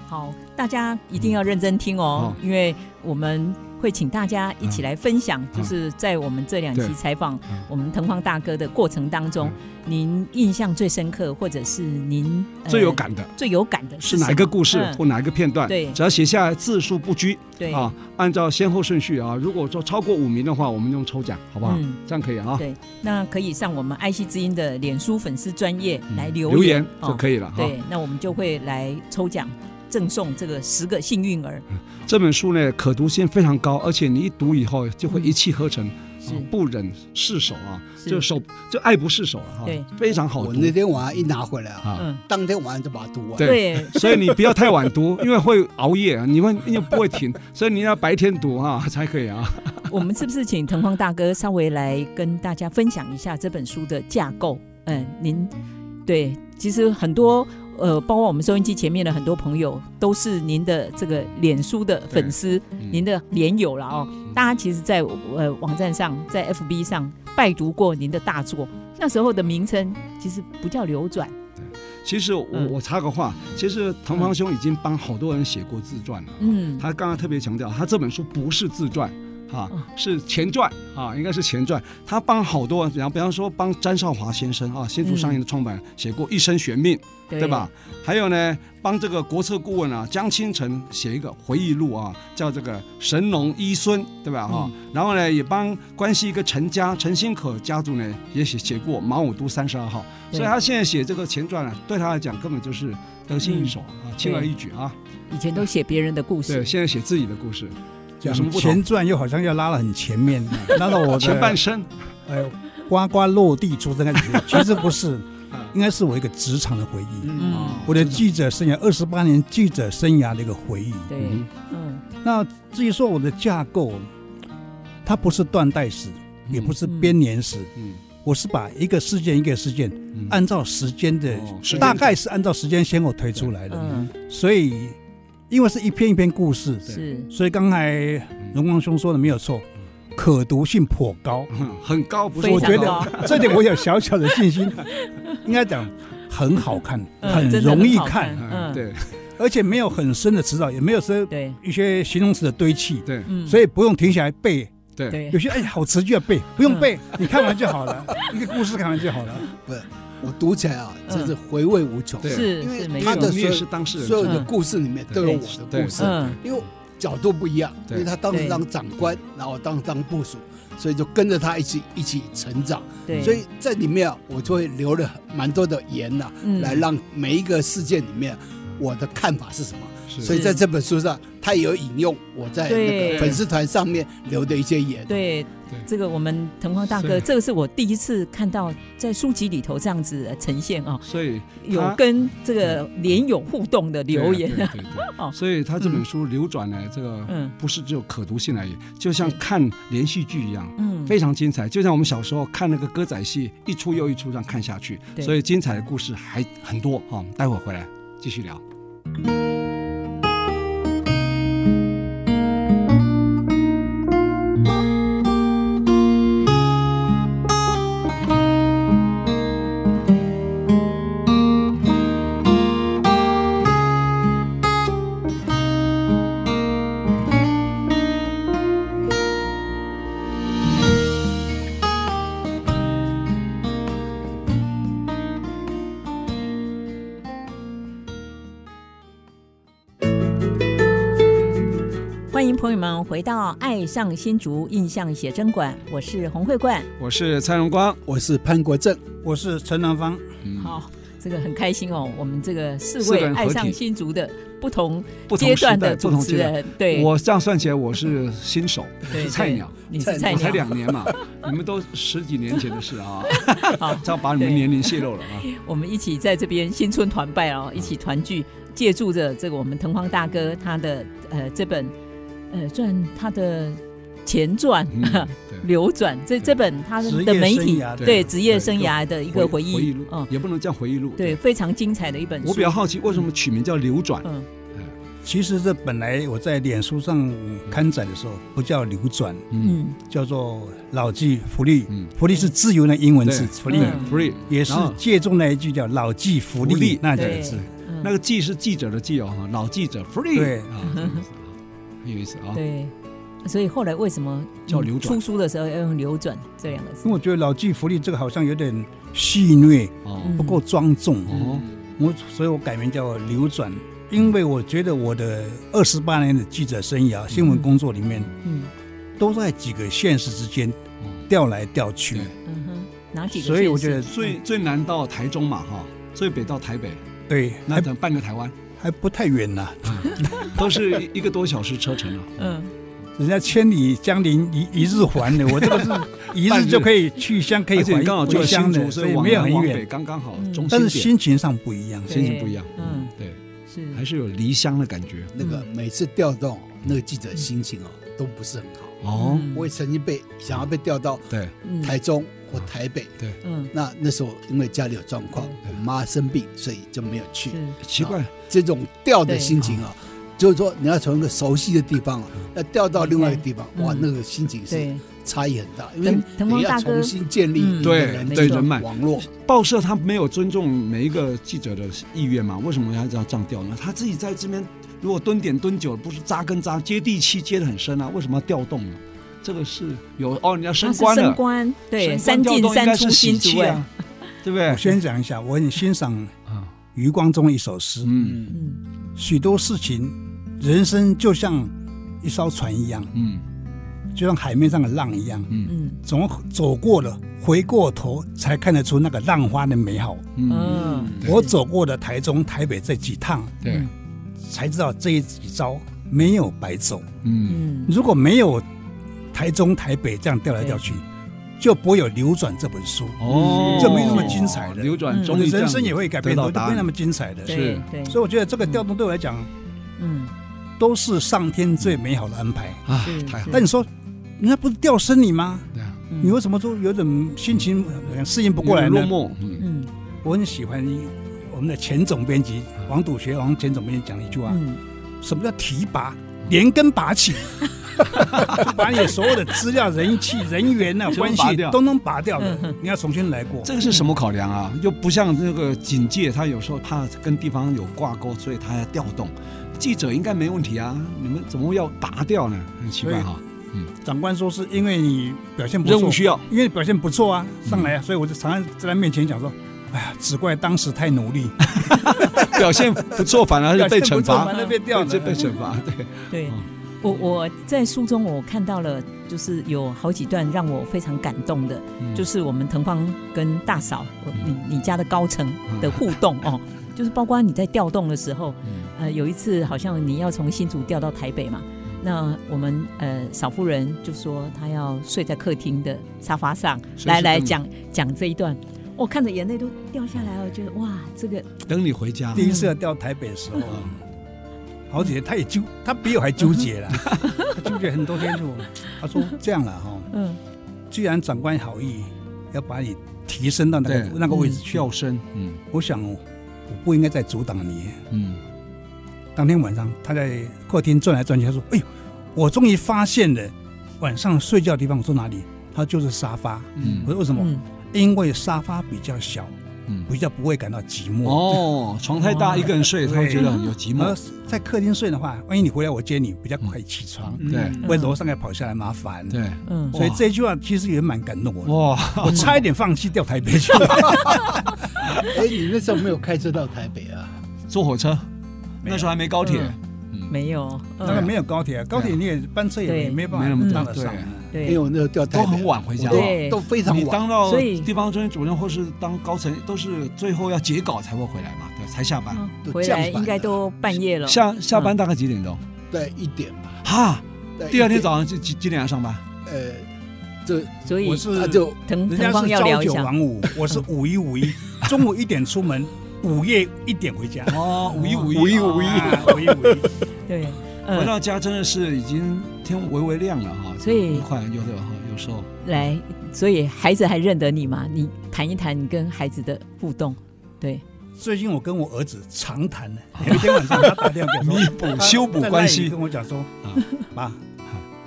[SPEAKER 3] 好，大家一定要认真听
[SPEAKER 1] 嗯
[SPEAKER 3] 哦，因为我们会请大家一起来分享，就是在我们这两期
[SPEAKER 1] 嗯对
[SPEAKER 3] 采访
[SPEAKER 1] 嗯
[SPEAKER 3] 我们腾方大哥的过程当中，您印象最深刻，或者是您呃
[SPEAKER 1] 最有感的
[SPEAKER 3] 最有感的
[SPEAKER 1] 是
[SPEAKER 3] 什
[SPEAKER 1] 哪一个故事
[SPEAKER 3] 嗯
[SPEAKER 1] 或哪一个片段？
[SPEAKER 3] 对
[SPEAKER 1] 只要写下来字数不拘
[SPEAKER 3] 么？对，
[SPEAKER 1] 啊，按照先后顺序啊，如果说超过五名的话，我们用抽奖，好不好
[SPEAKER 3] 嗯？
[SPEAKER 1] 这样可以啊
[SPEAKER 3] 对。那可以上我们爱惜之音的脸书粉丝专业来留
[SPEAKER 1] 嗯留言
[SPEAKER 3] 哦
[SPEAKER 1] 就可以了哈。
[SPEAKER 3] 对，那我们就会来抽奖赠送这个十个幸运儿，
[SPEAKER 1] 这本书呢，可读性非常高，而且你一读以后就
[SPEAKER 3] 嗯
[SPEAKER 1] 会一气呵成，
[SPEAKER 3] 是
[SPEAKER 1] 啊不忍释手啊，
[SPEAKER 3] 是
[SPEAKER 1] 就手就爱不释手了哈。
[SPEAKER 3] 对，
[SPEAKER 1] 非常好
[SPEAKER 2] 我
[SPEAKER 1] 读
[SPEAKER 2] 那 天晚上一拿回来啊，
[SPEAKER 1] 啊。
[SPEAKER 3] 嗯，
[SPEAKER 2] 当天晚上就把它读完。
[SPEAKER 1] 对
[SPEAKER 3] 对，
[SPEAKER 1] 所以你不要太晚读，因为会熬夜啊，你会又不会 停，所以你要白天读啊才可以啊。
[SPEAKER 3] 我们是不是请腾光大哥稍微来跟大家分享一下这本书的架构？嗯，您对，其实很多呃，包括我们收音机前面的很多朋友，都是您的这个脸书的粉丝，
[SPEAKER 1] 嗯
[SPEAKER 3] 您的连友了哦。大家其实在，呃网站上，在 FB 上拜读过您的大作，那时候的名称其实不叫流转，
[SPEAKER 1] 其实我、
[SPEAKER 3] 嗯
[SPEAKER 1] 我插个话，其实滕方兄已经帮好多人写过自传了。
[SPEAKER 3] 嗯，
[SPEAKER 1] 他刚刚特别强调，他这本书不是自传。啊
[SPEAKER 3] 哦，
[SPEAKER 1] 是前传啊，应该是前传。他帮好多，比方比方说帮詹少华先生啊，新竹商业的创
[SPEAKER 3] 嗯
[SPEAKER 1] 办人写过《一生悬命》，对吧？？还有呢，帮这个国策顾问啊江清臣写一个回忆录啊，叫这个《神农医孙》，对吧？哈、
[SPEAKER 3] 嗯
[SPEAKER 1] 然后呢，也帮关系一个陈家陈新可家族呢也写写过《马武都三十二号》，
[SPEAKER 3] 对
[SPEAKER 1] 所以他现在写这个前传啊，对他来讲根本就是得心应手、啊，轻而易举啊。
[SPEAKER 3] 以前都写别人的故
[SPEAKER 1] 对，
[SPEAKER 3] 事，
[SPEAKER 1] 现在写自己的故事，有什么
[SPEAKER 5] 讲
[SPEAKER 1] 不同
[SPEAKER 5] 前传又好像要拉得很 前面，拉到我的
[SPEAKER 1] 前半生
[SPEAKER 5] 呃呱呱落地出生的感觉，其实不是
[SPEAKER 1] 啊，
[SPEAKER 5] 应该是我一个职场的回忆，
[SPEAKER 3] 嗯，
[SPEAKER 5] 我的记者生涯二十八年记者生涯的一个回忆。
[SPEAKER 3] 对，
[SPEAKER 1] 嗯
[SPEAKER 3] 嗯。
[SPEAKER 5] 那至于说我的架构，它不是断代史，也不是编年史，
[SPEAKER 1] 嗯
[SPEAKER 5] 我是把一个事件一个事件
[SPEAKER 1] 嗯
[SPEAKER 5] 按照时间的
[SPEAKER 1] 哦时，间
[SPEAKER 5] 大概是按照时间先后推出来的，
[SPEAKER 3] 嗯，
[SPEAKER 5] 所以因为是一篇一篇故事，
[SPEAKER 3] 是，
[SPEAKER 5] 所以刚才荣光兄说的没有错，可读性颇高。
[SPEAKER 1] 嗯很高，不是
[SPEAKER 3] 非
[SPEAKER 5] 我
[SPEAKER 3] 常
[SPEAKER 5] 觉
[SPEAKER 3] 高
[SPEAKER 5] 得这点我有小小的信 心，应该讲很好看，
[SPEAKER 3] 嗯
[SPEAKER 5] 很
[SPEAKER 3] 真的
[SPEAKER 5] 容易
[SPEAKER 3] 好
[SPEAKER 5] 看，
[SPEAKER 1] 嗯，
[SPEAKER 3] 嗯，
[SPEAKER 1] 对
[SPEAKER 5] 而且没有很深的词藻，也没有说
[SPEAKER 3] 对，
[SPEAKER 5] 一些形容词的堆砌，
[SPEAKER 1] 对
[SPEAKER 3] 嗯，
[SPEAKER 5] 所
[SPEAKER 3] 以
[SPEAKER 5] 以不用停下来背。
[SPEAKER 1] 对，
[SPEAKER 3] 对嗯
[SPEAKER 5] 有，些哎好词就要背，不用背，你看完就好了，一个故事看完就好了。
[SPEAKER 2] 我读起来啊，
[SPEAKER 3] 嗯
[SPEAKER 2] 真是回味无穷。
[SPEAKER 1] 对
[SPEAKER 3] 是
[SPEAKER 2] 因为
[SPEAKER 3] 是没
[SPEAKER 2] 他
[SPEAKER 3] 错，
[SPEAKER 2] 的
[SPEAKER 1] 你也是当事人
[SPEAKER 2] 所有
[SPEAKER 1] 之一，
[SPEAKER 2] 的故事里面都有我的故事，
[SPEAKER 3] 嗯，
[SPEAKER 2] 因为角度不一样。因
[SPEAKER 1] 对
[SPEAKER 2] 为他当时当长官，然后当当部署，所以就跟着他一起一起成长。
[SPEAKER 3] 对，
[SPEAKER 2] 所以在里面啊，我就会留了蛮多的言呐、
[SPEAKER 3] 嗯
[SPEAKER 2] 来让每一个事件里面我的看法是什么。
[SPEAKER 3] 嗯
[SPEAKER 1] 是
[SPEAKER 2] 所以在这本书上，他也有引用我在那
[SPEAKER 3] 对
[SPEAKER 2] 个粉丝团上面留的一些言。
[SPEAKER 3] 对这个我们滕光大哥，
[SPEAKER 1] 是
[SPEAKER 3] 这个是我第一次看到在书籍里头这样子呃呈现哦，
[SPEAKER 1] 所以
[SPEAKER 3] 有
[SPEAKER 1] 他
[SPEAKER 3] 跟这个连友互动的留言，
[SPEAKER 1] 对啊对对对
[SPEAKER 3] 哦
[SPEAKER 1] 所以他这本书流转呢，这个
[SPEAKER 3] 嗯
[SPEAKER 1] 不是只有可读性而已，就像
[SPEAKER 3] 对
[SPEAKER 1] 看连续剧一样。
[SPEAKER 3] 嗯，
[SPEAKER 1] 非常精彩，就像我们小时候看那个歌仔戏，一出又一出，这样看下去，
[SPEAKER 3] 对
[SPEAKER 1] 所以精彩的故事还很多哈。我们待会儿回来继续聊。
[SPEAKER 3] 欢迎朋友们回到《爱上新竹印象写真馆》，我是洪慧冠。
[SPEAKER 1] 我是蔡荣光，嗯
[SPEAKER 2] 我是潘国正，
[SPEAKER 5] 我是陈南方，
[SPEAKER 3] 好，这个很开心哦，我们这个四
[SPEAKER 1] 四个
[SPEAKER 3] 位
[SPEAKER 1] 人合
[SPEAKER 3] 爱
[SPEAKER 1] 体
[SPEAKER 3] 上新竹的不同
[SPEAKER 1] 不同
[SPEAKER 3] 阶
[SPEAKER 1] 时
[SPEAKER 3] 段
[SPEAKER 1] 代，
[SPEAKER 3] 的
[SPEAKER 1] 不
[SPEAKER 3] 主
[SPEAKER 1] 同
[SPEAKER 3] 持
[SPEAKER 1] 阶段。
[SPEAKER 3] 人，对，
[SPEAKER 1] 我这样算起来，我是新手，
[SPEAKER 3] 对
[SPEAKER 1] 是菜鸟，，
[SPEAKER 3] 对你是菜
[SPEAKER 1] 我才
[SPEAKER 3] 鸟。
[SPEAKER 1] 两年嘛，你们都十几年前的事啊，
[SPEAKER 3] 好，
[SPEAKER 1] 这样把你们
[SPEAKER 3] 对
[SPEAKER 1] 年龄泄露了啊。
[SPEAKER 3] 我们一起在这边新春团拜哦，一起团聚，借助着这个我们滕芳大哥他的呃这本呃传他的前传。
[SPEAKER 1] 嗯， 对，
[SPEAKER 3] 流转这这本他
[SPEAKER 5] 职业
[SPEAKER 3] 的媒体
[SPEAKER 5] 生涯
[SPEAKER 3] 对
[SPEAKER 1] 对
[SPEAKER 3] 职业
[SPEAKER 1] 对
[SPEAKER 3] 生涯的一个回
[SPEAKER 1] 回忆
[SPEAKER 3] 忆
[SPEAKER 1] 录，
[SPEAKER 3] 嗯，
[SPEAKER 1] 也不能叫回忆录。
[SPEAKER 3] 对，，非常精彩的一本
[SPEAKER 1] 我
[SPEAKER 3] 书
[SPEAKER 1] 比。较好奇为什么取名叫流转？
[SPEAKER 3] 嗯，
[SPEAKER 5] 其实这本来我在脸书上刊载的时候，不叫流转，
[SPEAKER 1] 嗯
[SPEAKER 3] 嗯，
[SPEAKER 5] 叫做老骥伏枥。
[SPEAKER 1] 嗯，
[SPEAKER 5] 伏枥是自由的英文
[SPEAKER 1] 对
[SPEAKER 5] 字，福
[SPEAKER 3] 利
[SPEAKER 5] 利
[SPEAKER 1] 对
[SPEAKER 3] 嗯
[SPEAKER 1] ，free
[SPEAKER 5] 也是
[SPEAKER 1] 然后
[SPEAKER 5] 借重那一句叫老骥伏
[SPEAKER 1] 伏枥
[SPEAKER 5] 枥那几
[SPEAKER 3] 对
[SPEAKER 5] 个字。
[SPEAKER 3] 嗯
[SPEAKER 1] 那个记是记者的记哦，哈，老记者 free
[SPEAKER 5] 对
[SPEAKER 1] 啊，这个意思啊很有意思 啊。
[SPEAKER 3] 对，所以后来为什么
[SPEAKER 1] 叫
[SPEAKER 3] 嗯
[SPEAKER 1] 流转
[SPEAKER 3] 出书的时候要用“流转”这两个字
[SPEAKER 5] 因为？我觉得老骥伏枥这个好像有点戏谑，
[SPEAKER 1] 哦
[SPEAKER 3] 嗯
[SPEAKER 5] 不够庄重。
[SPEAKER 1] 哦，
[SPEAKER 5] 我所以，我改名叫流转，因为我觉得我的二十八年的记者生涯、新闻工作里面，
[SPEAKER 3] 嗯
[SPEAKER 5] 都在几个县市之间
[SPEAKER 1] 哦
[SPEAKER 5] 调来调去
[SPEAKER 1] 对。
[SPEAKER 3] 嗯哼，哪几个县市？
[SPEAKER 5] 所以我觉得嗯
[SPEAKER 1] 最最南到台中嘛，哈，最北到台北，
[SPEAKER 5] 对，
[SPEAKER 1] 那
[SPEAKER 5] 还
[SPEAKER 1] 等半个台湾，
[SPEAKER 5] 还不太远呐、
[SPEAKER 1] 都是一一个多小时车程啊。
[SPEAKER 3] 嗯
[SPEAKER 5] 人家千里江陵一一日 还的，我这个是一日就可以去乡，可以
[SPEAKER 1] 而且
[SPEAKER 5] 还
[SPEAKER 1] 你刚好就
[SPEAKER 5] 回
[SPEAKER 1] 在新
[SPEAKER 5] 乡
[SPEAKER 1] 竹，
[SPEAKER 5] 的，
[SPEAKER 1] 所
[SPEAKER 5] 所
[SPEAKER 1] 以
[SPEAKER 5] 以
[SPEAKER 1] 往
[SPEAKER 5] 没有
[SPEAKER 1] 南
[SPEAKER 5] 很
[SPEAKER 1] 往北
[SPEAKER 5] 远。
[SPEAKER 1] 刚刚好
[SPEAKER 3] 嗯，
[SPEAKER 1] 中
[SPEAKER 5] 但是
[SPEAKER 1] 心点，
[SPEAKER 5] 心情上不一样，
[SPEAKER 3] 对
[SPEAKER 1] 心情不一样。
[SPEAKER 3] 嗯
[SPEAKER 1] 嗯，对，
[SPEAKER 3] 是
[SPEAKER 1] 还是有离乡的感觉
[SPEAKER 2] 那
[SPEAKER 3] 嗯
[SPEAKER 2] 个每次调动那个记者心情哦都不是很好。
[SPEAKER 1] 哦。
[SPEAKER 3] 嗯
[SPEAKER 2] 我也曾经被想要被调到
[SPEAKER 1] 对，
[SPEAKER 3] 嗯
[SPEAKER 2] 台中或台北，
[SPEAKER 3] 嗯
[SPEAKER 2] 那那时候因为家里有状况，我妈生病，所以就没有去。
[SPEAKER 3] 是
[SPEAKER 1] 奇怪，
[SPEAKER 2] 啊这种调的心情啊，就是说你要从一个熟悉的地方啊，要调到另外一个地方，
[SPEAKER 3] 嗯
[SPEAKER 2] 哇，那个心情是
[SPEAKER 3] 对
[SPEAKER 2] 差异很大，因为
[SPEAKER 3] 腾腾
[SPEAKER 2] 你
[SPEAKER 3] 光
[SPEAKER 2] 要
[SPEAKER 3] 大哥
[SPEAKER 2] 重新建立
[SPEAKER 3] 嗯
[SPEAKER 2] 你的
[SPEAKER 1] 对
[SPEAKER 2] 人际
[SPEAKER 3] 对
[SPEAKER 1] 人脉
[SPEAKER 2] 网络，
[SPEAKER 1] 报社他没有尊重每一个记者的意愿嘛？为什么要这样这样调呢？他自己在这边如果蹲点蹲久了，不是扎根扎接地气接得很深啊？为什么要调动呢？这个是有哦，人家
[SPEAKER 3] 他
[SPEAKER 1] 升
[SPEAKER 3] 是
[SPEAKER 1] 官了
[SPEAKER 3] 升，官对，
[SPEAKER 1] 升官
[SPEAKER 3] 三
[SPEAKER 1] 调
[SPEAKER 3] 进
[SPEAKER 1] 动应
[SPEAKER 3] 三
[SPEAKER 1] 该
[SPEAKER 3] 出
[SPEAKER 1] 是喜
[SPEAKER 3] 新主
[SPEAKER 1] 气
[SPEAKER 3] 位。
[SPEAKER 1] 啊，对不对
[SPEAKER 5] 我？先讲一下，我很欣赏
[SPEAKER 1] 啊，
[SPEAKER 5] 余光中的一首诗，
[SPEAKER 1] 嗯
[SPEAKER 2] 嗯，
[SPEAKER 3] 嗯
[SPEAKER 5] 许多事情，人生就像一艘船一样，
[SPEAKER 1] 嗯
[SPEAKER 5] 就像海面上的浪一样，
[SPEAKER 1] 嗯
[SPEAKER 3] 嗯
[SPEAKER 5] 总走过了，回过头才看得出那个浪花的美好。
[SPEAKER 1] 嗯，
[SPEAKER 3] 嗯，
[SPEAKER 1] 对
[SPEAKER 5] 我走过了台中、台北这几趟，
[SPEAKER 1] 对，
[SPEAKER 5] 才知道这几招没有白走。
[SPEAKER 1] 嗯
[SPEAKER 3] 嗯
[SPEAKER 5] 如果没有台中、台北这样调来调去，就不会有《流转》这本书，
[SPEAKER 1] 哦，
[SPEAKER 5] 这没那么精彩的
[SPEAKER 1] 流
[SPEAKER 3] 嗯
[SPEAKER 1] 转
[SPEAKER 5] 我
[SPEAKER 1] 终
[SPEAKER 5] 的
[SPEAKER 1] 于这样
[SPEAKER 5] 人生也会改变，
[SPEAKER 1] 得
[SPEAKER 5] 都
[SPEAKER 1] 到
[SPEAKER 5] 不
[SPEAKER 1] 答
[SPEAKER 5] 会那
[SPEAKER 1] 案
[SPEAKER 5] 么。精彩的。
[SPEAKER 3] 对对，
[SPEAKER 5] 所以我觉得这个调动对我来讲，
[SPEAKER 3] 嗯
[SPEAKER 5] 都是上天最美好的安排。
[SPEAKER 1] 啊
[SPEAKER 3] 是，
[SPEAKER 1] 太好
[SPEAKER 3] 是
[SPEAKER 1] 了！
[SPEAKER 5] 但你说，人家不是吊身你吗？
[SPEAKER 1] 对啊
[SPEAKER 3] 嗯
[SPEAKER 5] 你为什么说有点心情呃适应不过来
[SPEAKER 1] 落
[SPEAKER 5] 呢？
[SPEAKER 1] 寞，嗯
[SPEAKER 3] 嗯
[SPEAKER 5] 我很喜欢我们的前总编辑
[SPEAKER 1] 嗯
[SPEAKER 5] 王笃学王前总编辑讲了一句话：
[SPEAKER 3] 嗯
[SPEAKER 5] 什么叫提拔？连根拔 起，就把你所有的资料、人气、人员呐、
[SPEAKER 1] 全部
[SPEAKER 5] 关系
[SPEAKER 1] 拔掉
[SPEAKER 5] 都能拔掉了
[SPEAKER 3] 嗯嗯，
[SPEAKER 5] 你要重新来过。
[SPEAKER 1] 这个是什么考量啊？又不像那个警戒，他有时候怕跟地方有挂钩，所以他要调动。记者应该没问题啊，你们怎么会要拔掉呢？很奇怪哈、
[SPEAKER 5] 长官说是因为你表现不
[SPEAKER 1] 任务
[SPEAKER 5] 错，
[SPEAKER 1] 需要，嗯
[SPEAKER 5] 因为表现不错啊，上来啊，所以我就常常在他面前讲说。哎呀，只怪当时太努力，
[SPEAKER 1] 表现不错反 而是被惩罚，
[SPEAKER 5] 那被
[SPEAKER 1] 被
[SPEAKER 5] 掉了，
[SPEAKER 1] 被被惩罚，对，
[SPEAKER 3] 对
[SPEAKER 1] 嗯，
[SPEAKER 3] 我我在书中我看到了，就是有好几段让我非常感动的，
[SPEAKER 1] 嗯
[SPEAKER 3] 就是我们腾芳跟大嫂，我你你家的高层的互动哦，就是包括你在调动的时候，
[SPEAKER 1] 嗯
[SPEAKER 3] 呃，有一次好像你要从新竹调到台北嘛，那我们呃少夫人就说她要睡在客厅的沙发上，
[SPEAKER 1] 随时
[SPEAKER 3] 来来
[SPEAKER 1] 等你
[SPEAKER 3] 讲讲这一段，我看着眼泪都掉下来，我觉得哇，这个
[SPEAKER 1] 等你回家
[SPEAKER 5] 第。一次要调台北的
[SPEAKER 1] 嗯
[SPEAKER 5] 时候啊，好姐她也纠，她比我还纠结了， 她纠结很多天就，她说这样了哈、
[SPEAKER 3] 嗯
[SPEAKER 5] 既然长官好意要把你提升到那个
[SPEAKER 1] 对
[SPEAKER 5] 那个位置去，
[SPEAKER 1] 跳身，嗯
[SPEAKER 5] 我想我不应该再阻挡你。
[SPEAKER 1] 嗯，
[SPEAKER 5] 当天晚上她在客厅转来转去，她说：“哎呦，我终于发现了晚上睡觉的地方。”我说哪里？她就是沙发。
[SPEAKER 1] 嗯
[SPEAKER 5] 我说为什么？
[SPEAKER 3] 嗯
[SPEAKER 5] 因为沙发比较小，
[SPEAKER 1] 嗯
[SPEAKER 5] 比较不会感到寂寞。
[SPEAKER 1] 哦，床太大，一个人睡，他会觉得很有寂
[SPEAKER 5] 而
[SPEAKER 1] 寞。
[SPEAKER 5] 在客厅睡的话，万一你回来我接你，比较快起床，
[SPEAKER 1] 嗯对
[SPEAKER 5] 不会楼上来跑下来麻烦。，
[SPEAKER 1] 对，
[SPEAKER 3] 嗯
[SPEAKER 5] 所以这句话其实也蛮感动我的。
[SPEAKER 1] 哇，
[SPEAKER 5] 我差一点放弃掉台北去，
[SPEAKER 2] 哎，你那时候没有开车到台北啊？
[SPEAKER 1] 坐火车，那时候还没高铁，嗯
[SPEAKER 3] 没有，
[SPEAKER 5] 那个
[SPEAKER 3] 嗯，
[SPEAKER 5] 没有高铁啊，高铁你也班车也
[SPEAKER 3] 对
[SPEAKER 5] 没没办
[SPEAKER 1] 没那
[SPEAKER 5] 法
[SPEAKER 1] 么
[SPEAKER 5] 搭
[SPEAKER 1] 大
[SPEAKER 5] 得上
[SPEAKER 1] 对
[SPEAKER 5] 啊。
[SPEAKER 2] 因为
[SPEAKER 3] 对
[SPEAKER 2] 我那时候掉台
[SPEAKER 1] 都
[SPEAKER 2] 北
[SPEAKER 1] 很晚回家。
[SPEAKER 3] 对
[SPEAKER 2] 都非常
[SPEAKER 1] 你
[SPEAKER 2] 晚。
[SPEAKER 1] 当到
[SPEAKER 3] 所以
[SPEAKER 1] 地方专员主任或是当高层，都是最后要截稿才会回来嘛，对，才下班。
[SPEAKER 3] 嗯
[SPEAKER 2] 都
[SPEAKER 3] 回
[SPEAKER 2] 降
[SPEAKER 3] 来
[SPEAKER 2] 版
[SPEAKER 3] 应该
[SPEAKER 2] 了
[SPEAKER 3] 都半夜了。
[SPEAKER 1] 下下班大概几点钟？
[SPEAKER 2] 对一点吧，
[SPEAKER 1] 哈，
[SPEAKER 3] 嗯
[SPEAKER 2] 对
[SPEAKER 1] 第二天
[SPEAKER 2] 一点
[SPEAKER 1] 早上几几几点要上班？
[SPEAKER 2] 呃，这
[SPEAKER 3] 所以
[SPEAKER 5] 我是
[SPEAKER 2] 他就
[SPEAKER 3] 腾
[SPEAKER 5] 人
[SPEAKER 3] 腾
[SPEAKER 5] 家
[SPEAKER 3] 方
[SPEAKER 5] 是
[SPEAKER 3] 要
[SPEAKER 5] 朝
[SPEAKER 3] 聊一
[SPEAKER 5] 九
[SPEAKER 3] 下，
[SPEAKER 5] 晚五，我是五一五一，中午一点出门，午夜一点回家。
[SPEAKER 1] 哦，五一五一
[SPEAKER 2] 五一
[SPEAKER 1] 哦
[SPEAKER 2] 五一
[SPEAKER 5] 啊五一五一，
[SPEAKER 3] 对，
[SPEAKER 1] 回
[SPEAKER 3] 呃，
[SPEAKER 1] 到家真的是已经天微微亮了哈，
[SPEAKER 3] 所以
[SPEAKER 1] 快有的有时候
[SPEAKER 3] 来，所以孩子还认得你吗？你谈一谈你跟孩子的互动，对，
[SPEAKER 5] 最近我跟我儿子长谈呢，有一天晚上他打电话给我说，
[SPEAKER 1] 啊补
[SPEAKER 5] 他
[SPEAKER 1] 修补
[SPEAKER 5] 在
[SPEAKER 1] 关
[SPEAKER 5] 那里
[SPEAKER 1] 系
[SPEAKER 5] 跟我讲说
[SPEAKER 1] 啊，
[SPEAKER 5] 爸，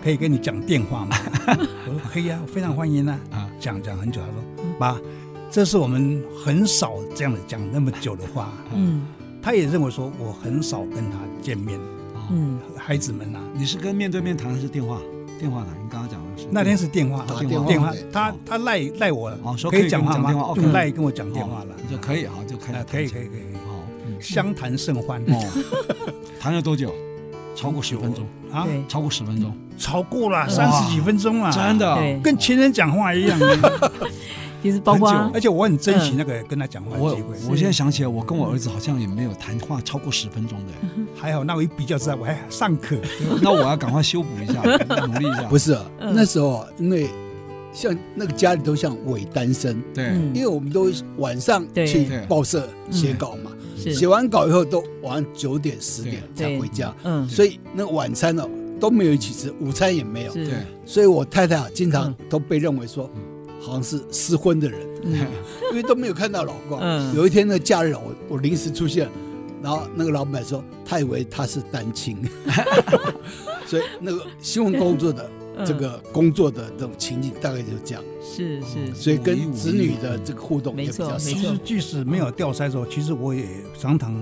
[SPEAKER 5] 可以跟你讲电话吗？ 我说可以啊，非常欢迎啊
[SPEAKER 1] 啊。
[SPEAKER 5] 讲讲很久，他说爸，这是我们很少这样的讲那么久的
[SPEAKER 1] 啊
[SPEAKER 5] 话。
[SPEAKER 3] 嗯
[SPEAKER 5] 他也认为说我很少跟他见面，
[SPEAKER 1] 哦
[SPEAKER 3] 嗯，
[SPEAKER 5] 孩子们啊，
[SPEAKER 1] 你是跟面对面谈还是电话？电话谈，你刚刚讲的是
[SPEAKER 5] 那天是电话
[SPEAKER 2] 打
[SPEAKER 1] 嗯电话
[SPEAKER 5] 电话
[SPEAKER 2] 对，
[SPEAKER 5] 他他赖赖我
[SPEAKER 1] 哦说，可
[SPEAKER 5] 可
[SPEAKER 1] 以
[SPEAKER 5] 以讲话
[SPEAKER 1] 跟你讲电话
[SPEAKER 5] 吗？
[SPEAKER 1] 哦
[SPEAKER 5] 就
[SPEAKER 1] 可以哦
[SPEAKER 5] 赖跟我讲电话了，
[SPEAKER 1] 就可以哈，就开始
[SPEAKER 5] 啊，可以可
[SPEAKER 1] 以
[SPEAKER 5] 以可以，嗯
[SPEAKER 1] 哦
[SPEAKER 5] 相谈甚欢
[SPEAKER 1] 哦， 谈了多久？超过十分钟，
[SPEAKER 5] 啊，
[SPEAKER 3] 对
[SPEAKER 1] 超过十分钟，
[SPEAKER 5] 超过了三十几分钟了，
[SPEAKER 1] 真的啊
[SPEAKER 3] 对
[SPEAKER 5] 跟情人讲话一样，啊
[SPEAKER 3] 其实包
[SPEAKER 1] 很
[SPEAKER 3] 括啊嗯
[SPEAKER 1] 久
[SPEAKER 5] 而且我很珍惜那个跟他讲话的
[SPEAKER 1] 我
[SPEAKER 5] 机会，
[SPEAKER 1] 我现在想起来，我跟我儿子好像也没有谈话超过十分钟的，
[SPEAKER 5] 还好那我一比较之下，我还上课，
[SPEAKER 1] 那我要赶快修补一 下，努力一下。
[SPEAKER 2] 不是啊
[SPEAKER 3] 嗯
[SPEAKER 2] 那时候啊，因为像那个家里都像伪单身，
[SPEAKER 1] 对，
[SPEAKER 3] 嗯
[SPEAKER 2] 因为我们都晚上
[SPEAKER 3] 对
[SPEAKER 2] 去
[SPEAKER 1] 对
[SPEAKER 2] 报社
[SPEAKER 3] 嗯
[SPEAKER 2] 写稿嘛，写
[SPEAKER 3] 是
[SPEAKER 2] 完稿以后都晚上九点十点才回家，
[SPEAKER 3] 嗯
[SPEAKER 2] 所以那晚餐呢都没有一起吃，午餐也没有，
[SPEAKER 3] 是
[SPEAKER 1] 对
[SPEAKER 2] 所以我太太啊经常都被认为说。好像是失婚的人，
[SPEAKER 3] 嗯
[SPEAKER 2] 因为都没有看到老公。
[SPEAKER 3] 嗯
[SPEAKER 2] 有一天呢，假日我我临时出现，然后那个老板说他以为他是单 亲，所以那个新闻工作的
[SPEAKER 3] 嗯
[SPEAKER 2] 这个工作的这种情景大概就是这样，
[SPEAKER 3] 是是
[SPEAKER 2] 所以跟子女的这个互动也比较少
[SPEAKER 3] 没错嗯
[SPEAKER 5] 其。实即使没有吊塞的时候，其实我也常常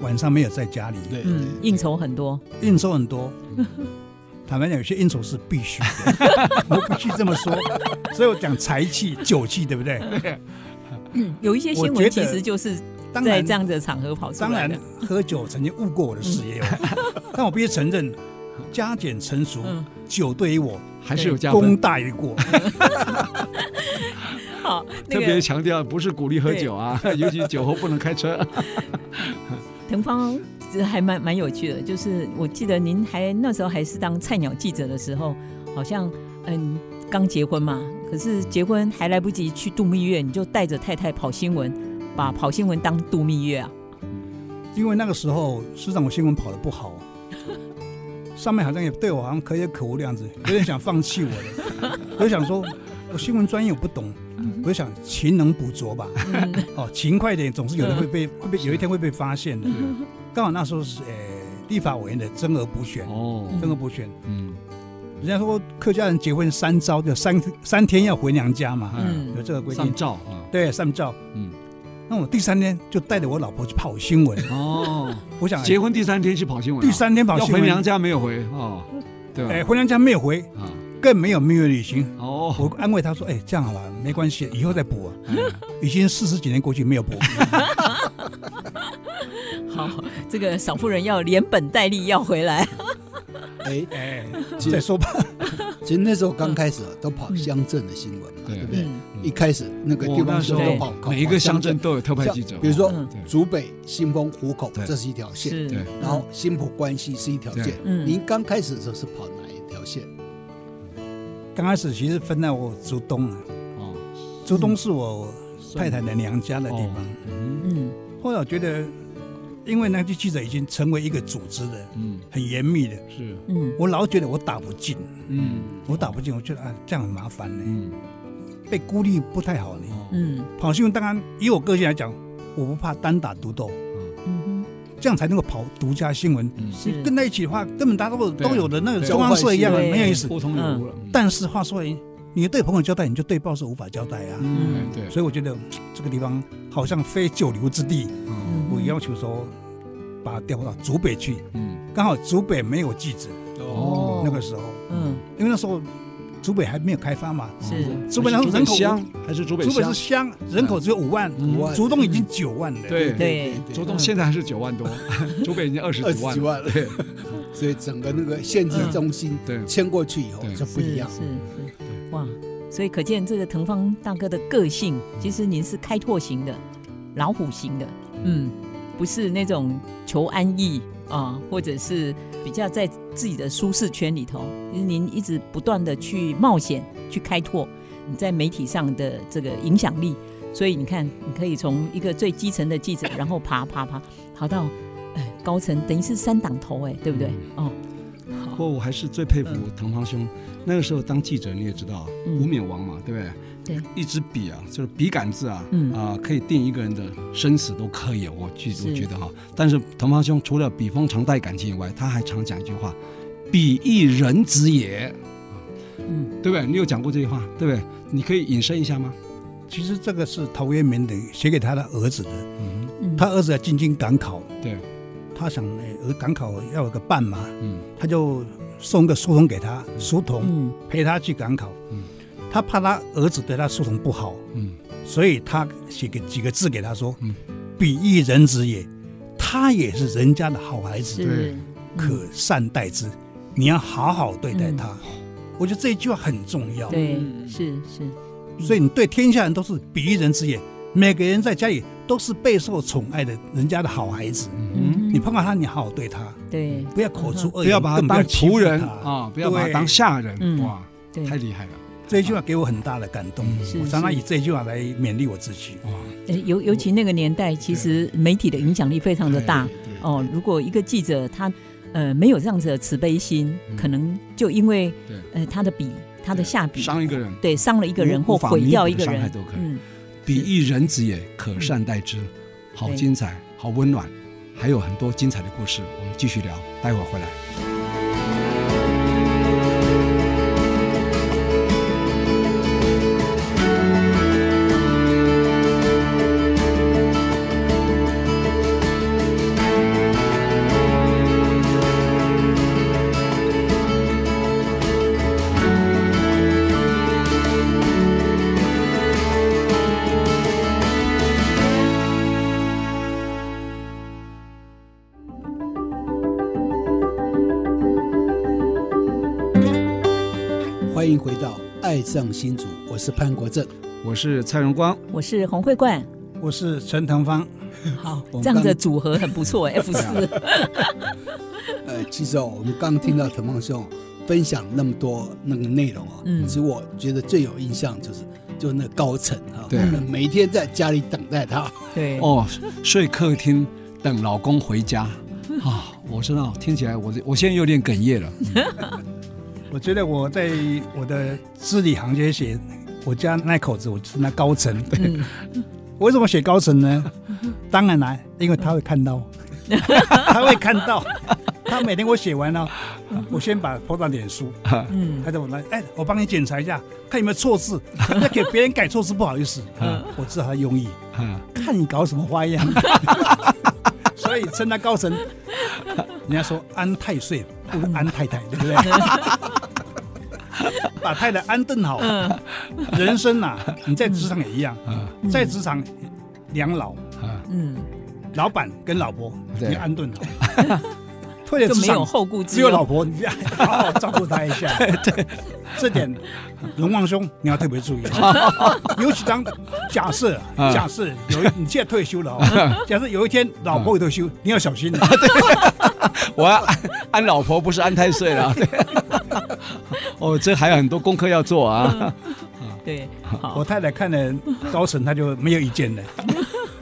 [SPEAKER 5] 晚上没有在家里，
[SPEAKER 2] 对，对
[SPEAKER 3] 嗯，应酬很多，
[SPEAKER 5] 应酬 很多。坦白讲，有些应酬是必须的，我必须这么说。所以我讲财气、酒气，对不对？
[SPEAKER 3] 有一些新
[SPEAKER 5] 我觉
[SPEAKER 3] 闻
[SPEAKER 5] 得
[SPEAKER 3] 其实就是
[SPEAKER 5] 当
[SPEAKER 3] 在
[SPEAKER 5] 然
[SPEAKER 3] 这，样子的场合跑出
[SPEAKER 5] 当
[SPEAKER 3] 来的
[SPEAKER 5] 然，，喝酒曾经误过我的事也有，但我必须承认，加减乘除，
[SPEAKER 3] 嗯，
[SPEAKER 5] 酒对于我
[SPEAKER 1] 还是有加
[SPEAKER 5] 功
[SPEAKER 1] 分。
[SPEAKER 5] 大于过。
[SPEAKER 3] 好，那
[SPEAKER 1] 特别
[SPEAKER 3] 个
[SPEAKER 1] 强调不是鼓励喝酒啊， 尤其酒后不能开 车。
[SPEAKER 3] 腾芳这还蛮蛮有趣的，就是我记得您还那时候还是当菜鸟记者的时候，好像嗯刚结婚嘛，可是结婚还来不及去度蜜月，你就带着太太跑新闻，把跑新闻当度蜜月啊，
[SPEAKER 5] 因为那个时候，事实上我新闻跑得不好， 上面好像也对我好像可有可无的样子，有点想放弃我了。我就想说，我新闻专业我不懂，我就想勤能补拙吧，
[SPEAKER 3] 嗯
[SPEAKER 5] 哦，勤快点，总是有人会被会被有一天会被发现的。刚好那时候是呃立法委员的增额补选，
[SPEAKER 1] 哦
[SPEAKER 5] 增额补选，
[SPEAKER 1] 嗯，
[SPEAKER 5] 人家说客家人结婚三招，就三三天要回娘家嘛，
[SPEAKER 3] 嗯
[SPEAKER 5] 有这个规
[SPEAKER 1] 上
[SPEAKER 5] 定。
[SPEAKER 1] 照啊，
[SPEAKER 5] 对，三照。
[SPEAKER 1] 嗯，
[SPEAKER 5] 那我第三天就带着我老婆去跑新闻，
[SPEAKER 1] 哦，
[SPEAKER 5] 我想哎
[SPEAKER 1] 结婚第三天去跑新闻啊，
[SPEAKER 5] 第三天跑
[SPEAKER 1] 要
[SPEAKER 5] 新
[SPEAKER 1] 回
[SPEAKER 5] 闻，
[SPEAKER 1] 娘家没有回哦，对
[SPEAKER 5] 哎，
[SPEAKER 1] 吧？
[SPEAKER 5] 回娘家没有回，
[SPEAKER 1] 啊，
[SPEAKER 5] 更没有蜜月旅行。
[SPEAKER 1] 哦，
[SPEAKER 5] 我安慰他说：“哎，这样好了，没关系，以后再补、啊。
[SPEAKER 1] 嗯
[SPEAKER 5] 已经四十几年过去没 有补，
[SPEAKER 3] 好，这个少夫人要连本带利要回来，
[SPEAKER 2] 哎，
[SPEAKER 5] 哎，再说吧。
[SPEAKER 2] 其实那时候刚开始啊都跑乡镇的新闻嘛，
[SPEAKER 1] 对啊
[SPEAKER 2] 对不对？
[SPEAKER 3] 嗯
[SPEAKER 2] 一开始那个地
[SPEAKER 1] 哦我那
[SPEAKER 2] 方
[SPEAKER 1] 时
[SPEAKER 2] 新闻
[SPEAKER 1] 候
[SPEAKER 2] 都跑，跑
[SPEAKER 1] 每一个乡镇
[SPEAKER 2] 镇
[SPEAKER 1] 都有特派
[SPEAKER 2] 像
[SPEAKER 1] 记者，
[SPEAKER 2] 比如说
[SPEAKER 3] 嗯
[SPEAKER 1] 对
[SPEAKER 2] 竹北、新丰、湖口，
[SPEAKER 1] 对
[SPEAKER 2] 这是一条线，
[SPEAKER 5] 嗯
[SPEAKER 3] 是
[SPEAKER 1] 对，
[SPEAKER 2] 然后新浦关西是一条
[SPEAKER 1] 对
[SPEAKER 2] 线。
[SPEAKER 3] 嗯
[SPEAKER 2] 您刚开始的时候是跑哪一条线？
[SPEAKER 5] 刚开始其实分到我竹东啊，
[SPEAKER 1] 哦，
[SPEAKER 5] 竹东是我太太的娘家的地方。
[SPEAKER 1] 嗯
[SPEAKER 3] 嗯
[SPEAKER 5] 后来我觉得，因为那些记者已经成为一个组织的，
[SPEAKER 1] 嗯
[SPEAKER 5] 很严密的，
[SPEAKER 1] 是
[SPEAKER 3] 嗯
[SPEAKER 5] 我老觉得我打不进，
[SPEAKER 1] 嗯
[SPEAKER 5] 我打不进，我觉得啊这样很麻烦呢、
[SPEAKER 1] 嗯
[SPEAKER 5] 被孤立不太好呢。
[SPEAKER 1] 哦
[SPEAKER 3] 嗯
[SPEAKER 5] 跑新闻当然以我个性来讲，我不怕单打独斗，
[SPEAKER 3] 嗯
[SPEAKER 5] 这样才能够跑独家新闻。
[SPEAKER 1] 嗯，
[SPEAKER 3] 是
[SPEAKER 5] 你跟他一起的话，根本大家都
[SPEAKER 1] 对啊
[SPEAKER 5] 都有的那个
[SPEAKER 1] 对啊
[SPEAKER 5] 中央社一样，
[SPEAKER 3] 对
[SPEAKER 5] 没有意思。
[SPEAKER 1] 互通有无了，嗯
[SPEAKER 5] 但是话说回来，你对朋友交代，你就对报社无法交代啊。
[SPEAKER 1] 嗯哎对，
[SPEAKER 5] 所以我觉得这个地方好像非久留之地，
[SPEAKER 1] 嗯
[SPEAKER 5] 我要求说把它调到竹北去，
[SPEAKER 1] 嗯
[SPEAKER 5] 刚好竹北没有记者。
[SPEAKER 3] 哦
[SPEAKER 5] 那个时候，
[SPEAKER 3] 嗯
[SPEAKER 5] 因为那时候竹北还没有开发嘛，
[SPEAKER 3] 是
[SPEAKER 5] 竹北那时候人口
[SPEAKER 1] 乡还是竹北
[SPEAKER 5] 竹北
[SPEAKER 1] 乡
[SPEAKER 5] 是？乡，人口只有五万，
[SPEAKER 1] 嗯
[SPEAKER 2] 五万
[SPEAKER 5] 竹东已经九万了。
[SPEAKER 1] 对
[SPEAKER 3] 对
[SPEAKER 1] 竹东现在还是九 万多，竹北已经二十
[SPEAKER 2] 二
[SPEAKER 1] 几
[SPEAKER 2] 十
[SPEAKER 1] 万
[SPEAKER 2] 几
[SPEAKER 1] 了。
[SPEAKER 2] 万了， 所以整个那个县级中心
[SPEAKER 1] 对
[SPEAKER 2] 迁过去以后
[SPEAKER 1] 嗯对
[SPEAKER 2] 就不一样
[SPEAKER 3] 是。是是，哇！所以可见这个腾芳大哥的个性，其实您是开拓型的，老虎型的，嗯，不是那种求安逸啊，或者是比较在自己的舒适圈里头，其实您一直不断的去冒险、去开拓你在媒体上的这个影响力。所以你看，你可以从一个最基层的记者，然后爬爬爬，爬到呃高层，等于是三档头，哎，对不对？哦，
[SPEAKER 1] 不
[SPEAKER 3] 好，
[SPEAKER 1] 过我还是最佩服滕芳兄，那个时候当记者你也知道，
[SPEAKER 3] 嗯
[SPEAKER 1] 无冕王嘛，对不对？
[SPEAKER 3] 对，
[SPEAKER 1] 一支笔啊，就是笔杆子啊，啊、
[SPEAKER 3] 嗯
[SPEAKER 1] 可以定一个人的生死都可以，我记
[SPEAKER 3] 是
[SPEAKER 1] 我觉得哈。但是滕芳兄除了笔锋常带感情以外，他还常讲一句话：“笔亦人子也。”
[SPEAKER 3] 嗯，
[SPEAKER 1] 对不对？你有讲过这句话，对不对？你可以引申一下吗？
[SPEAKER 5] 其实这个是陶渊明的写给他的儿子的，
[SPEAKER 1] 嗯，
[SPEAKER 3] 嗯
[SPEAKER 5] 他儿子要进京赶考，
[SPEAKER 1] 对，
[SPEAKER 5] 他想呃赶考要有个伴嘛，
[SPEAKER 1] 嗯，
[SPEAKER 5] 他就送个书童给他，书童
[SPEAKER 3] 嗯
[SPEAKER 5] 陪他去赶考
[SPEAKER 1] 嗯。
[SPEAKER 5] 他怕他儿子对他书童不好，
[SPEAKER 1] 嗯，
[SPEAKER 5] 所以他写个几个字给他说
[SPEAKER 1] 嗯：“
[SPEAKER 5] 比翼人子也，他也是人家的好孩子，
[SPEAKER 3] 是
[SPEAKER 1] 对。
[SPEAKER 5] 可善待之，你要好好对待他。”
[SPEAKER 1] 嗯
[SPEAKER 5] 我觉得这一句话很重要。
[SPEAKER 3] 对，是是，
[SPEAKER 5] 所以你对天下人都是比翼人之也，每个人在家里都是备受宠爱的人家的好孩子。
[SPEAKER 3] 嗯，
[SPEAKER 5] 你碰到他，你好好对他，
[SPEAKER 3] 对
[SPEAKER 5] 不要口出恶言，
[SPEAKER 1] 不要把
[SPEAKER 5] 更
[SPEAKER 1] 他当
[SPEAKER 5] 欺负
[SPEAKER 1] 仆人
[SPEAKER 5] 他
[SPEAKER 1] 啊，不要把他
[SPEAKER 5] 对
[SPEAKER 1] 当下人，
[SPEAKER 3] 嗯
[SPEAKER 1] 哇，
[SPEAKER 3] 对，
[SPEAKER 1] 太厉害了，
[SPEAKER 5] 这一句话给我很大的感动，
[SPEAKER 1] 嗯
[SPEAKER 3] 是
[SPEAKER 5] 我常常
[SPEAKER 3] 是
[SPEAKER 5] 以这句话来勉励我自己。
[SPEAKER 1] 哇，
[SPEAKER 3] 呃尤尤其那个年代，其实媒体的影响力非常的大
[SPEAKER 1] 对，对
[SPEAKER 3] 哦。如果一个记者他呃没有这样子的慈悲心，
[SPEAKER 1] 嗯
[SPEAKER 3] 可能就因为
[SPEAKER 1] 对
[SPEAKER 3] 呃他的笔，他的下笔，
[SPEAKER 1] 伤一个人，
[SPEAKER 3] 对伤了一个人
[SPEAKER 1] 无
[SPEAKER 3] 或
[SPEAKER 1] 无法
[SPEAKER 3] 毁
[SPEAKER 1] 弥
[SPEAKER 3] 掉
[SPEAKER 1] 补
[SPEAKER 3] 一个
[SPEAKER 1] 的伤害
[SPEAKER 3] 人，
[SPEAKER 1] 都可以
[SPEAKER 3] 嗯，
[SPEAKER 1] 比翼人子也，可善待之。好
[SPEAKER 3] 对
[SPEAKER 1] 精彩，好温暖，还有很多精彩的故事，我们继续聊，待会儿回来。
[SPEAKER 2] 欢迎回到《爱上新竹》，我是潘国正。
[SPEAKER 1] 我是蔡荣光，
[SPEAKER 3] 我是洪慧 冠，
[SPEAKER 5] 我是陈腾芳，
[SPEAKER 3] 好
[SPEAKER 2] 我，们
[SPEAKER 3] 这样的
[SPEAKER 2] 刚
[SPEAKER 3] 组合很 不错，F
[SPEAKER 1] 啊
[SPEAKER 3] 四，
[SPEAKER 2] 呃，其实哦，我们刚听到陈梦兄分享那么多那个内容啊，
[SPEAKER 3] 嗯
[SPEAKER 2] 其实我觉得最有印象就是就那高层啊，
[SPEAKER 1] 对
[SPEAKER 2] 每天在家里等待他，
[SPEAKER 3] 对，
[SPEAKER 1] 哦，睡客厅等老公回 家啊，我知道，听起来我我现在有点哽咽 了。
[SPEAKER 5] 我觉得我在我的字里行间写我家那口子，我是那高层。
[SPEAKER 3] 嗯，
[SPEAKER 5] 我 为什么写高层呢？当然啦，因为他会 看到，他会看到，他每天我写完了，我先把泼到脸书，
[SPEAKER 3] 嗯
[SPEAKER 5] 他在我那里，哎，我帮你检查一下，看有没有错字，那给别人改错字不好意思，
[SPEAKER 3] 嗯
[SPEAKER 5] 我知道他的用意，
[SPEAKER 1] 啊
[SPEAKER 5] 看你搞什么花样。 所以称他高层，人家说安太岁不如安太太，对不对？把太太安顿好，
[SPEAKER 3] 嗯
[SPEAKER 5] 人生呐、你在职场也一样，在职场养老，
[SPEAKER 1] 啊，
[SPEAKER 3] 嗯，
[SPEAKER 5] 老板跟老婆
[SPEAKER 1] 对
[SPEAKER 5] 你安顿好。 退了
[SPEAKER 3] 就
[SPEAKER 5] 职
[SPEAKER 3] 没有
[SPEAKER 5] 场，
[SPEAKER 3] 后顾之
[SPEAKER 5] 只有老婆，你 好好照顾她一下。 对，这点龙王兄你要特别 注意。尤其当假设
[SPEAKER 1] 啊
[SPEAKER 5] 假设有一你现在退休了哦，假设有一天老婆也退休，你要小 心了。
[SPEAKER 1] 我要安安老婆，不是安太岁 了。 对哦，这还有很多功课要做啊。
[SPEAKER 3] 对，好
[SPEAKER 5] 我，太太看了高层，她就没有意见了，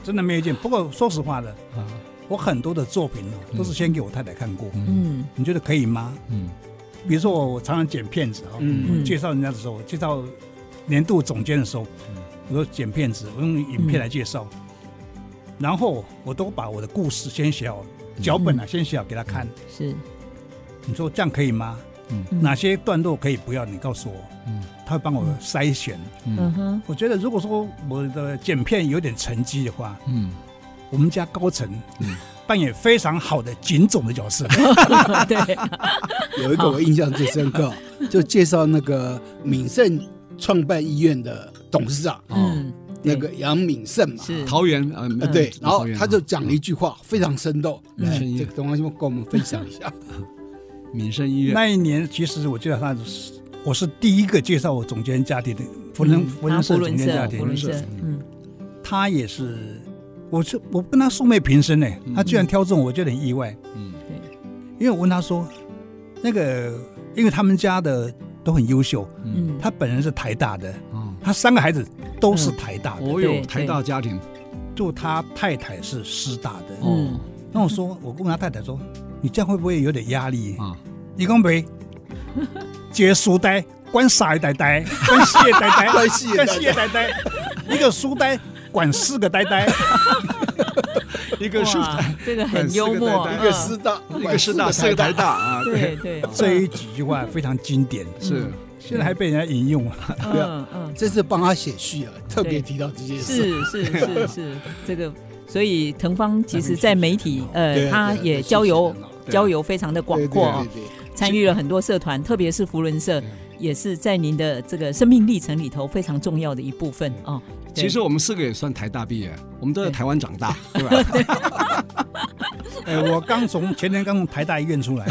[SPEAKER 5] 真的没有意见。不过说实话的，我很多的作品哦，都是先给我太太看过。
[SPEAKER 3] 嗯
[SPEAKER 5] 你觉得可以吗？
[SPEAKER 1] 嗯
[SPEAKER 5] 比如说我我常常剪片子啊、哦，
[SPEAKER 1] 嗯
[SPEAKER 3] 嗯，
[SPEAKER 5] 介绍人家的时候，介绍年度总监的时候，
[SPEAKER 1] 嗯
[SPEAKER 5] 我说剪片子，我用影片来介绍，然后我都把我的故事先写好，
[SPEAKER 1] 嗯
[SPEAKER 5] 脚本啊先写好给他看。
[SPEAKER 3] 是，
[SPEAKER 5] 你说这样可以吗？
[SPEAKER 1] 嗯
[SPEAKER 5] 哪些段落可以不要？你告诉我，
[SPEAKER 1] 嗯
[SPEAKER 5] 他会帮我筛选。
[SPEAKER 3] 嗯
[SPEAKER 1] 嗯
[SPEAKER 3] 哼，
[SPEAKER 5] 我觉得如果说我的剪片有点成绩的话，
[SPEAKER 1] 嗯，
[SPEAKER 5] 我们家高层
[SPEAKER 1] 嗯
[SPEAKER 5] 扮演非常好的警总的角色。
[SPEAKER 3] 对，
[SPEAKER 2] 有一个我印象最深刻，哦就介绍那个敏盛创办医院的董事长，
[SPEAKER 1] 哦，
[SPEAKER 3] 嗯，
[SPEAKER 2] 那
[SPEAKER 3] 对
[SPEAKER 2] 个杨敏盛嘛，
[SPEAKER 3] 是
[SPEAKER 1] 桃园呃
[SPEAKER 2] 呃，对，然后
[SPEAKER 1] 桃园哦
[SPEAKER 2] 他就讲了一句话，非常生动。
[SPEAKER 1] 嗯
[SPEAKER 2] 来，
[SPEAKER 1] 嗯
[SPEAKER 2] 这个东方兄跟我们分享一下。
[SPEAKER 1] 民生医院，
[SPEAKER 5] 那一年，其实我记得他是我是第一个介绍我总监家庭的福
[SPEAKER 1] 嗯
[SPEAKER 5] 伦福伦社
[SPEAKER 3] 佛
[SPEAKER 5] 总
[SPEAKER 3] 伦
[SPEAKER 5] 监家
[SPEAKER 3] 社，佛
[SPEAKER 5] 庭
[SPEAKER 3] 伦，社，
[SPEAKER 1] 哦
[SPEAKER 3] 嗯，
[SPEAKER 5] 他也是，我是我跟他素昧平生呢，他居然挑中我，我就很意外，
[SPEAKER 1] 嗯，
[SPEAKER 5] 因为我问他说，那个因为他们家的都很优秀，
[SPEAKER 3] 嗯，
[SPEAKER 5] 他本人是台大的，
[SPEAKER 1] 哦，
[SPEAKER 5] 他三个孩子都是台大的，
[SPEAKER 1] 哦
[SPEAKER 3] 对
[SPEAKER 1] 哟，
[SPEAKER 3] 对
[SPEAKER 1] 台大家庭，
[SPEAKER 5] 就他太太是师大的。
[SPEAKER 1] 哦
[SPEAKER 3] 嗯
[SPEAKER 5] 那我说，我问他太太说，你这样会不会有点压力？
[SPEAKER 1] 啊，
[SPEAKER 5] 你讲没？接书呆，管傻呆呆，管蟹呆呆，
[SPEAKER 2] 关系也
[SPEAKER 5] 干
[SPEAKER 2] 大
[SPEAKER 5] 蟹呆呆，一个书呆管四个呆呆，
[SPEAKER 1] 一个是
[SPEAKER 3] 哇，这个很幽默，
[SPEAKER 1] 管四个代代 一
[SPEAKER 2] 一个师大，
[SPEAKER 1] 个师 大，四个台大啊，
[SPEAKER 3] 嗯，对对，
[SPEAKER 5] 这一几句话非常经典，
[SPEAKER 1] 是
[SPEAKER 5] 现在还被人家引用啊 了。
[SPEAKER 3] 嗯嗯，
[SPEAKER 2] 这次帮他写序啊，特别
[SPEAKER 3] 对
[SPEAKER 2] 提到这件事。
[SPEAKER 3] 是是是是，这个，所以滕芳其实在媒体，呃，
[SPEAKER 2] 对
[SPEAKER 3] 他
[SPEAKER 2] 对
[SPEAKER 3] 也
[SPEAKER 2] 对
[SPEAKER 3] 交友
[SPEAKER 2] 是是
[SPEAKER 1] 对
[SPEAKER 3] 交友非常的广
[SPEAKER 2] 对
[SPEAKER 3] 阔哦
[SPEAKER 2] 对，对对
[SPEAKER 3] 参与了很多社团，特别是福伦社
[SPEAKER 1] 对，
[SPEAKER 3] 也是在您的这个生命历程里头非常重要的一部分哦。对
[SPEAKER 1] 其实我们四个也算台大毕业，我们都在
[SPEAKER 3] 对
[SPEAKER 1] 台湾长 大，对吧？
[SPEAKER 5] 哎，我刚从前天刚从台大医院出来，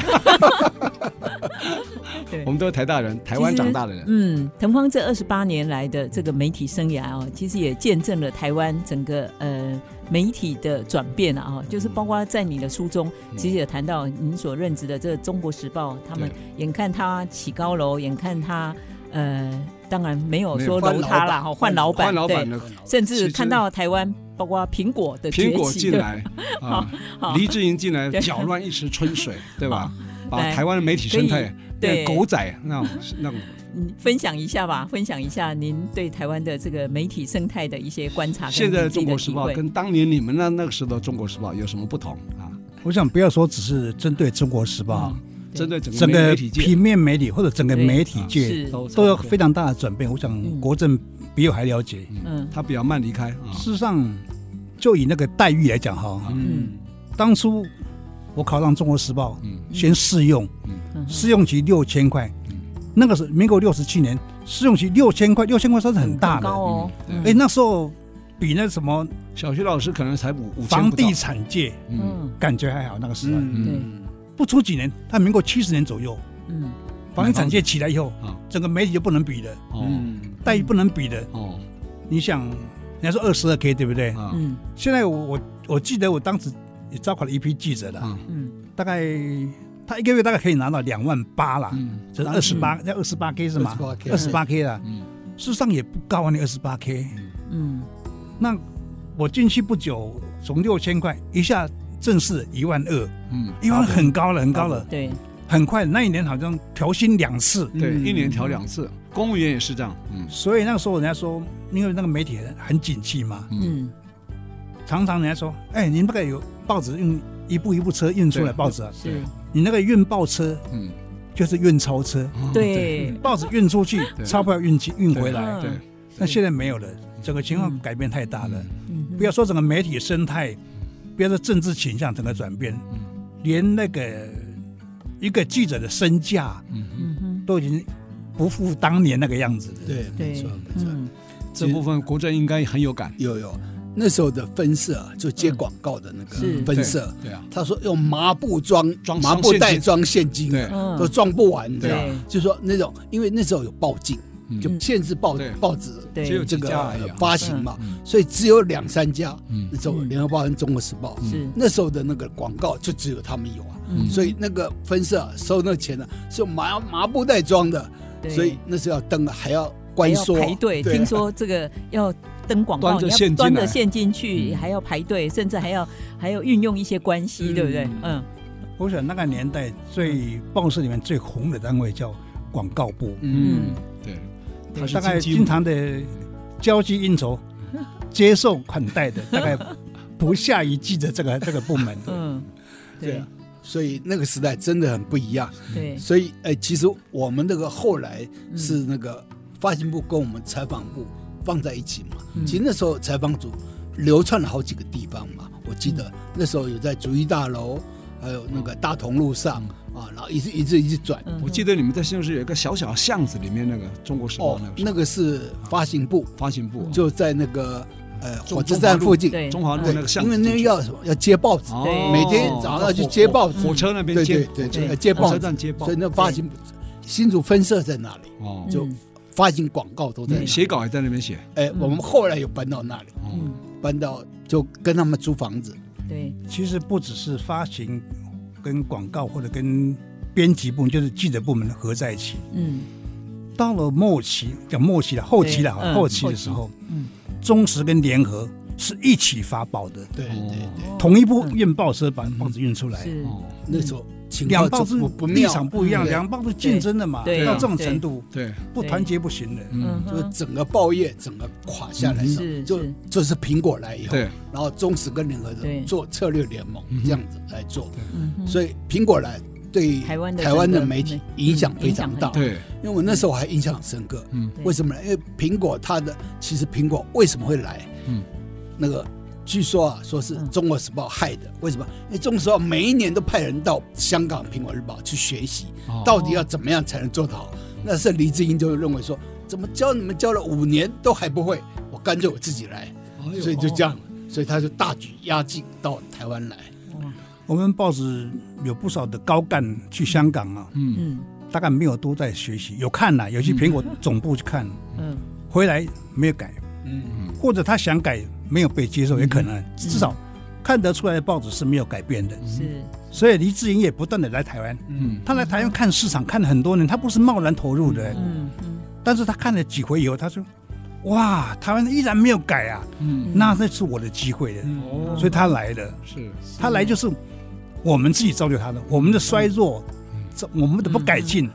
[SPEAKER 3] 对
[SPEAKER 1] 我们都是台大人，台湾长大的人，
[SPEAKER 3] 嗯，滕芳这二十八年来的这个媒体生涯哦，其实也见证了台湾整个呃媒体的转变啊，哦就是包括在你的书中，其实也谈到您所任职的这个《中国时报》，他
[SPEAKER 1] 嗯
[SPEAKER 3] 们
[SPEAKER 1] 对
[SPEAKER 3] 眼看他起高楼，眼看他呃，当然没有
[SPEAKER 1] 没有
[SPEAKER 3] 说
[SPEAKER 2] 换
[SPEAKER 3] 楼
[SPEAKER 2] 老
[SPEAKER 3] 塌
[SPEAKER 2] 板
[SPEAKER 3] 了哈，换老板，
[SPEAKER 1] 换老板
[SPEAKER 3] 对
[SPEAKER 1] 的
[SPEAKER 3] 甚
[SPEAKER 1] 其
[SPEAKER 3] 至
[SPEAKER 1] 实
[SPEAKER 3] 看到台湾包括苹果的哦崛
[SPEAKER 1] 苹果
[SPEAKER 3] 起
[SPEAKER 1] 进
[SPEAKER 3] 对
[SPEAKER 1] 来啊
[SPEAKER 3] 好，
[SPEAKER 1] 黎智英进来
[SPEAKER 3] 对
[SPEAKER 1] 搅乱一池春水，对吧？把
[SPEAKER 3] 来
[SPEAKER 1] 台湾的媒体生态
[SPEAKER 3] 对
[SPEAKER 1] 变狗仔那种那种
[SPEAKER 3] 嗯，分享一下吧，分享一下您对台湾的这个媒体生态的一些观察。
[SPEAKER 1] 现在的
[SPEAKER 3] 的
[SPEAKER 1] 《中国时报》跟当年你们那那个时候的《中国时报》有什么不同啊？
[SPEAKER 5] 我想不要说只是针对中国时报，
[SPEAKER 3] 对
[SPEAKER 1] 针对嗯整个
[SPEAKER 5] 整
[SPEAKER 1] 媒
[SPEAKER 5] 个
[SPEAKER 1] 媒体界啊
[SPEAKER 5] 平面媒体或者整个
[SPEAKER 3] 对
[SPEAKER 5] 媒体界
[SPEAKER 3] 是
[SPEAKER 1] 都
[SPEAKER 5] 都有
[SPEAKER 1] 差不多
[SPEAKER 5] 非常大的转变。我想国政比我还了解。
[SPEAKER 3] 嗯
[SPEAKER 1] 他比较慢离开啊。
[SPEAKER 5] 事实上，就以那个待遇来讲哈，
[SPEAKER 1] 嗯
[SPEAKER 5] 当初我考上《中国时报》，
[SPEAKER 1] 嗯
[SPEAKER 5] 先试用，
[SPEAKER 3] 嗯
[SPEAKER 5] 试用期六千块，那个是民国六十七年，试用期六千块，六千块算是很大
[SPEAKER 3] 很
[SPEAKER 5] 的。
[SPEAKER 3] 高哦，嗯
[SPEAKER 5] 哎，那时候比那什么
[SPEAKER 1] 小学老师可能才五五千
[SPEAKER 5] 房
[SPEAKER 1] 不到
[SPEAKER 5] 地产界
[SPEAKER 1] 嗯
[SPEAKER 3] 嗯
[SPEAKER 5] 感觉还好，那个时代
[SPEAKER 3] 嗯
[SPEAKER 5] 不出几年，他民国七十年左右，
[SPEAKER 3] 嗯
[SPEAKER 5] 房地产界起来以后
[SPEAKER 1] 嗯，
[SPEAKER 5] 整个媒体就不能比了，
[SPEAKER 1] 哦
[SPEAKER 2] 嗯，
[SPEAKER 5] 待遇不能比了。
[SPEAKER 1] 哦
[SPEAKER 5] 你想，人家说二十二 K 对不对？
[SPEAKER 1] 啊
[SPEAKER 3] 嗯
[SPEAKER 5] 现在我我我记得我当时也招考了一批记者了，
[SPEAKER 1] 啊
[SPEAKER 3] 嗯，
[SPEAKER 5] 大概他一个月大概可以拿到两万八啦，
[SPEAKER 1] 嗯
[SPEAKER 5] 这是二十八，那二十八 K 是吗？
[SPEAKER 2] 28K
[SPEAKER 5] 二十八 K 啦，
[SPEAKER 1] 嗯
[SPEAKER 5] 事实上也不高啊，你二十八 K。
[SPEAKER 3] 嗯
[SPEAKER 5] 那我进去不久，从六千块一下正式一万二，
[SPEAKER 1] 嗯
[SPEAKER 5] 一万很高了，很高了，
[SPEAKER 3] 对，
[SPEAKER 5] 很快那一年好像调薪两次，
[SPEAKER 1] 对，一年调两次，公务员也是这样，嗯
[SPEAKER 5] 所以那个时候人家说，因为那个媒体很很景气嘛，
[SPEAKER 3] 嗯
[SPEAKER 5] 常常人家说，哎，你那个有报纸用一步一步车运出来
[SPEAKER 1] 对
[SPEAKER 5] 报纸啊，
[SPEAKER 3] 是，
[SPEAKER 5] 你那个运报车
[SPEAKER 1] 嗯，
[SPEAKER 5] 就是运钞车，
[SPEAKER 2] 嗯
[SPEAKER 3] 对，
[SPEAKER 5] 报纸运出去
[SPEAKER 1] 对，
[SPEAKER 5] 钞票运去运回来。
[SPEAKER 3] 嗯
[SPEAKER 1] 对，
[SPEAKER 5] 那现在没有了，整个情况改变太大了。
[SPEAKER 3] 嗯
[SPEAKER 5] 不要说整个媒体生态，不要说政治倾向整个转变，
[SPEAKER 1] 嗯
[SPEAKER 5] 连那个一个记者的身价
[SPEAKER 3] 嗯哼
[SPEAKER 5] 都已经不复当年那个样子了。，
[SPEAKER 2] 对，没
[SPEAKER 3] 对
[SPEAKER 2] 错没错。
[SPEAKER 3] 嗯
[SPEAKER 1] 这部分国政应该很有感，
[SPEAKER 2] 有有，那时候的分社啊就接广告的那
[SPEAKER 3] 嗯是
[SPEAKER 2] 个分社，
[SPEAKER 1] 对啊，
[SPEAKER 2] 他说用麻布装
[SPEAKER 1] 装
[SPEAKER 2] 麻布
[SPEAKER 1] 装现
[SPEAKER 2] 袋
[SPEAKER 1] 金
[SPEAKER 2] 装现金
[SPEAKER 1] 对
[SPEAKER 2] 啊，
[SPEAKER 3] 嗯
[SPEAKER 2] 都装不完
[SPEAKER 3] 对
[SPEAKER 2] 的。就说那种，因为那时候有报禁，
[SPEAKER 1] 嗯
[SPEAKER 2] 就限制报
[SPEAKER 1] 对
[SPEAKER 2] 报纸
[SPEAKER 3] 对
[SPEAKER 1] 只有
[SPEAKER 2] 这
[SPEAKER 1] 几
[SPEAKER 2] 个
[SPEAKER 1] 家而已
[SPEAKER 2] 呃
[SPEAKER 1] 啊，
[SPEAKER 2] 发行嘛，所以只有两三家
[SPEAKER 1] 嗯，
[SPEAKER 2] 那时候
[SPEAKER 3] 嗯
[SPEAKER 2] 联合报跟中国时报，
[SPEAKER 3] 是
[SPEAKER 2] 那时候的那个广告就只有他们有啊，
[SPEAKER 3] 嗯
[SPEAKER 2] 所以那个分社啊收那个钱呢、是用麻麻布袋装的，
[SPEAKER 3] 对
[SPEAKER 2] 所以那时候要登了还要
[SPEAKER 3] 还
[SPEAKER 2] 关
[SPEAKER 3] 要
[SPEAKER 2] 缩
[SPEAKER 3] 排队，
[SPEAKER 2] 对啊
[SPEAKER 3] 听说这个要。登广
[SPEAKER 1] 端
[SPEAKER 3] 告，
[SPEAKER 1] 着
[SPEAKER 3] 你要
[SPEAKER 1] 现金
[SPEAKER 3] 端着
[SPEAKER 1] 来
[SPEAKER 3] 现金去，
[SPEAKER 1] 嗯
[SPEAKER 3] 还要排队，甚至还要还要运用一些关系，对不对？嗯，
[SPEAKER 5] 我想那个年代最报社里面最红的单位叫广告部，
[SPEAKER 3] 嗯
[SPEAKER 1] 嗯，对，他是
[SPEAKER 5] 大
[SPEAKER 1] 经
[SPEAKER 5] 概
[SPEAKER 1] 济
[SPEAKER 5] 经常的交际应酬、
[SPEAKER 3] 嗯
[SPEAKER 5] 接受款待的大概不下于记者这个这个部门。
[SPEAKER 3] 嗯，
[SPEAKER 2] 对
[SPEAKER 3] 对
[SPEAKER 2] 啊，所以那个时代真的很不一样。
[SPEAKER 3] 对，
[SPEAKER 2] 所以，哎、其实我们那个后来是那个发行部跟我们采访部放在一起嘛。
[SPEAKER 3] 嗯
[SPEAKER 2] 其实那时候采访组流窜了好几个地方嘛，我记得那时候有在竹艺大楼，还有那个大同路上啊，然后一直一直一直转。
[SPEAKER 3] 嗯
[SPEAKER 1] 我记得你们在新竹市有一个小小巷子，里面那个中国时报
[SPEAKER 2] 哦
[SPEAKER 1] 那个，
[SPEAKER 2] 那
[SPEAKER 1] 那
[SPEAKER 2] 个是发行部，
[SPEAKER 1] 发行部，啊
[SPEAKER 2] 就在那个呃
[SPEAKER 1] 中
[SPEAKER 2] 火车站附近。
[SPEAKER 3] 嗯对
[SPEAKER 1] 中华路
[SPEAKER 2] 对
[SPEAKER 1] 那个，巷
[SPEAKER 2] 因
[SPEAKER 1] 子
[SPEAKER 2] 为
[SPEAKER 1] 进去，
[SPEAKER 2] 那个要什么要接报纸，
[SPEAKER 1] 哦
[SPEAKER 2] 每天早上要去接报纸
[SPEAKER 1] 火火火车那边
[SPEAKER 2] 对
[SPEAKER 1] 接哎
[SPEAKER 2] 对，对
[SPEAKER 3] 对
[SPEAKER 2] 对，要接
[SPEAKER 1] 火
[SPEAKER 2] 报
[SPEAKER 1] 车
[SPEAKER 2] 纸，
[SPEAKER 1] 站接报
[SPEAKER 2] 所以，那发行部新竹分社在那里，
[SPEAKER 1] 哦，
[SPEAKER 2] 就
[SPEAKER 3] 嗯
[SPEAKER 2] 发行广告都在那
[SPEAKER 3] 嗯
[SPEAKER 2] 里。
[SPEAKER 1] 写稿也在那边写，
[SPEAKER 2] 哎，我们后来又搬到那里，
[SPEAKER 1] 哦
[SPEAKER 3] 嗯，
[SPEAKER 2] 搬到就跟他们租房子。
[SPEAKER 3] 对，
[SPEAKER 5] 其实不只是发行跟广告或者跟编辑部门，就是记者部门合在一起。
[SPEAKER 3] 嗯
[SPEAKER 5] 到了末期，讲末期了，后期了，
[SPEAKER 3] 对嗯
[SPEAKER 5] 后期的时候，
[SPEAKER 3] 嗯，
[SPEAKER 5] 中时跟联合是一起发报的，
[SPEAKER 2] 对对对，
[SPEAKER 5] 同一部运报社把报纸运出来。
[SPEAKER 3] 嗯是，
[SPEAKER 1] 哦，
[SPEAKER 2] 那时候情
[SPEAKER 5] 两
[SPEAKER 2] 况
[SPEAKER 5] 报
[SPEAKER 2] 就
[SPEAKER 5] 是
[SPEAKER 2] 不不
[SPEAKER 5] 立
[SPEAKER 2] 妙，
[SPEAKER 5] 场不一样，
[SPEAKER 2] 对
[SPEAKER 5] 两报是竞争的嘛，
[SPEAKER 3] 对
[SPEAKER 5] 到这种程度
[SPEAKER 1] 对，
[SPEAKER 5] 不团结不行的。
[SPEAKER 3] 嗯
[SPEAKER 2] 就
[SPEAKER 3] 哼，
[SPEAKER 2] 整个报业整个垮下来
[SPEAKER 1] 嗯
[SPEAKER 2] 时候
[SPEAKER 3] 是
[SPEAKER 2] 就是就是苹果来以后，
[SPEAKER 1] 对
[SPEAKER 2] 然后中石跟联合
[SPEAKER 3] 对
[SPEAKER 2] 做策略联盟
[SPEAKER 1] 嗯哼
[SPEAKER 2] 这样子来做，
[SPEAKER 3] 嗯哼，
[SPEAKER 2] 所以苹果来对
[SPEAKER 3] 台湾的
[SPEAKER 2] 台湾
[SPEAKER 3] 整
[SPEAKER 2] 的
[SPEAKER 3] 个
[SPEAKER 2] 媒体影响非常大
[SPEAKER 3] 嗯影响很。大
[SPEAKER 1] 对，
[SPEAKER 2] 因为我那时候还印象很深刻，
[SPEAKER 1] 嗯
[SPEAKER 3] 对
[SPEAKER 2] 为什么呢？因为苹果它的其实苹果为什么会来？
[SPEAKER 1] 嗯，
[SPEAKER 2] 那个据说啊，说是
[SPEAKER 3] 嗯
[SPEAKER 2] 中国时报害的。为什么？因为中国时报每一年都派人到香港苹果日报去学习，
[SPEAKER 1] 哦
[SPEAKER 2] 到底要怎么样才能做得好？那是黎智英就认为说，怎么教你们教了五年都还不会，我干脆我自己来，
[SPEAKER 1] 哎呦
[SPEAKER 2] 所以就这样，所以他就大举压境到台湾来。
[SPEAKER 5] 我们报纸有不少的高干去香港啊，
[SPEAKER 1] 嗯，
[SPEAKER 3] 嗯
[SPEAKER 5] 大概没有多在学习，有看啦，有去苹果总部去看，
[SPEAKER 3] 嗯，
[SPEAKER 5] 回来没有改，
[SPEAKER 2] 嗯，
[SPEAKER 5] 或者他想改没有被接受，也可能。
[SPEAKER 3] 嗯
[SPEAKER 5] 至少看得出来的报纸是没有改变的，
[SPEAKER 3] 是，
[SPEAKER 5] 所以黎智英也不断的来台湾。
[SPEAKER 1] 嗯，
[SPEAKER 5] 他来台湾看市场，看了很多年，他不是贸然投入的，
[SPEAKER 3] 嗯嗯
[SPEAKER 5] 但是他看了几回以后，他说：“哇，台湾依然没有改啊，
[SPEAKER 1] 嗯
[SPEAKER 5] 那那是我的机会了。
[SPEAKER 1] 哦，
[SPEAKER 5] 所以他来了，
[SPEAKER 1] 是，
[SPEAKER 5] 他来就是我们自己造就他的，我们的衰弱，这我们的不改进、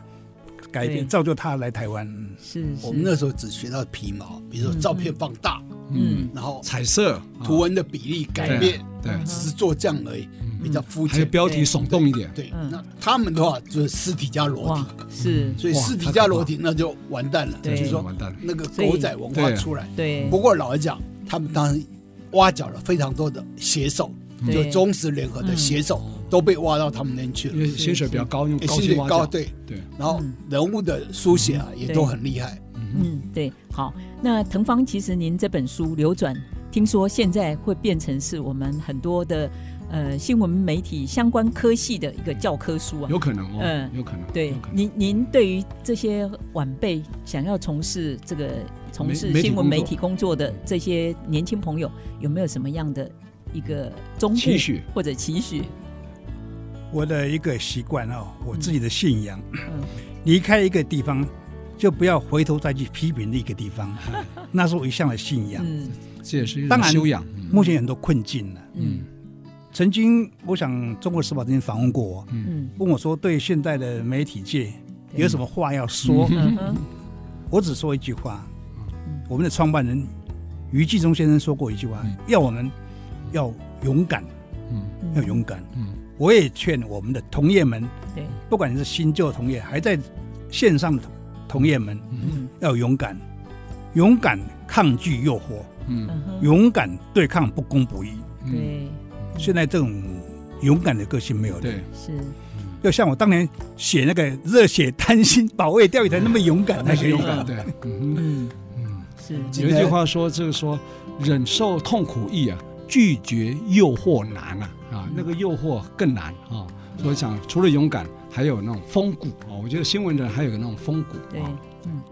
[SPEAKER 5] 改变
[SPEAKER 3] 对
[SPEAKER 5] 造就他来台湾。嗯
[SPEAKER 3] 是，
[SPEAKER 2] 我们那时候只学到皮毛，比如说照片放大，
[SPEAKER 1] 嗯，
[SPEAKER 3] 嗯
[SPEAKER 2] 然后
[SPEAKER 1] 彩色
[SPEAKER 2] 图文的比例改变，
[SPEAKER 1] 对对
[SPEAKER 2] 只是做这样而已，比较肤
[SPEAKER 1] 还有
[SPEAKER 2] 浅。
[SPEAKER 1] 标题耸动一点，
[SPEAKER 2] 对，
[SPEAKER 3] 嗯
[SPEAKER 2] 那他们的话就是尸体加裸
[SPEAKER 3] 哇
[SPEAKER 2] 体，
[SPEAKER 3] 是，
[SPEAKER 2] 所以
[SPEAKER 1] 哇
[SPEAKER 2] 尸体
[SPEAKER 1] 太
[SPEAKER 2] 加
[SPEAKER 1] 可怕
[SPEAKER 2] 裸体那就完蛋了，
[SPEAKER 3] 对
[SPEAKER 2] 就是说
[SPEAKER 1] 完蛋了，
[SPEAKER 2] 那个狗仔文化
[SPEAKER 1] 对啊
[SPEAKER 2] 出来。
[SPEAKER 3] 对
[SPEAKER 2] 不过老实讲，他们当时挖角了非常多的写手，就
[SPEAKER 3] 嗯对嗯
[SPEAKER 2] 中石联合的写手都被挖到他们那边去
[SPEAKER 1] 哦因
[SPEAKER 2] 了，
[SPEAKER 1] 为薪水比较高，用
[SPEAKER 2] 哎
[SPEAKER 1] 高
[SPEAKER 2] 薪
[SPEAKER 1] 薪
[SPEAKER 2] 水
[SPEAKER 1] 挖
[SPEAKER 2] 高
[SPEAKER 1] 角，
[SPEAKER 2] 对，
[SPEAKER 1] 对，
[SPEAKER 2] 然后人物的书写啊也
[SPEAKER 3] 嗯对
[SPEAKER 2] 都很厉害。
[SPEAKER 3] 嗯，对，好。那腾芳，其实您这本书《流转》，听说现在会变成是我们很多的呃新闻媒体相关科系的一个教科书啊
[SPEAKER 1] 有。可能哦，
[SPEAKER 3] 嗯
[SPEAKER 1] 有可能，
[SPEAKER 3] 对
[SPEAKER 1] 有可，能
[SPEAKER 3] 您您对于这些晚辈想要从事这个从事
[SPEAKER 1] 媒媒体
[SPEAKER 3] 新闻
[SPEAKER 1] 工
[SPEAKER 3] 媒
[SPEAKER 1] 作
[SPEAKER 3] 体工作的这些年轻朋友，有没有什么样的一个忠告
[SPEAKER 1] 期许
[SPEAKER 3] 或者期许？
[SPEAKER 5] 我的一个习惯啊，我自己的信仰，
[SPEAKER 3] 嗯
[SPEAKER 5] 离开一个地方就不要回头再去批评那个地方，那是我一向的信仰。
[SPEAKER 3] 嗯
[SPEAKER 1] 这也是一
[SPEAKER 5] 当
[SPEAKER 1] 种
[SPEAKER 5] 然
[SPEAKER 1] 修养，
[SPEAKER 5] 目前有很多困境了、
[SPEAKER 3] 嗯
[SPEAKER 5] 曾经我想《中国时报》曾经访问过我，
[SPEAKER 3] 嗯
[SPEAKER 5] 问我说对现在的媒体界
[SPEAKER 3] 对
[SPEAKER 5] 有什么话要说？
[SPEAKER 3] 嗯哼
[SPEAKER 5] 我只说一句话，我们的创办人余继忠先生说过一句话，
[SPEAKER 3] 嗯
[SPEAKER 5] 要我们要勇敢，
[SPEAKER 1] 嗯
[SPEAKER 5] 要勇敢。
[SPEAKER 1] 嗯
[SPEAKER 5] 我也劝我们的同业们，
[SPEAKER 3] 对，
[SPEAKER 5] 不管你是新旧同业，还在线上的同同业们，
[SPEAKER 3] 嗯
[SPEAKER 5] 要勇敢，勇敢抗拒诱惑，
[SPEAKER 1] 嗯
[SPEAKER 3] 嗯哼，
[SPEAKER 5] 勇敢对抗不公不义。
[SPEAKER 1] 嗯，
[SPEAKER 3] 对，
[SPEAKER 5] 现在这种勇敢的个性没有了。
[SPEAKER 1] 对，
[SPEAKER 3] 是，
[SPEAKER 5] 要像我当年写那个热血贪心保卫钓鱼台那么勇敢，
[SPEAKER 1] 那
[SPEAKER 5] 那
[SPEAKER 1] 是
[SPEAKER 5] 个
[SPEAKER 1] 勇
[SPEAKER 5] 勇
[SPEAKER 1] 敢，
[SPEAKER 5] 敢。
[SPEAKER 1] 对，嗯
[SPEAKER 3] 嗯
[SPEAKER 1] 嗯。
[SPEAKER 3] 是，
[SPEAKER 1] 有一句话说，就是说忍受痛苦易啊，拒绝诱惑难啊，
[SPEAKER 2] 嗯
[SPEAKER 1] 啊，那个诱惑更难啊。所以想，除了勇敢，还有那种风骨啊。我觉得新闻人还有那种风骨
[SPEAKER 3] 对
[SPEAKER 1] 啊。，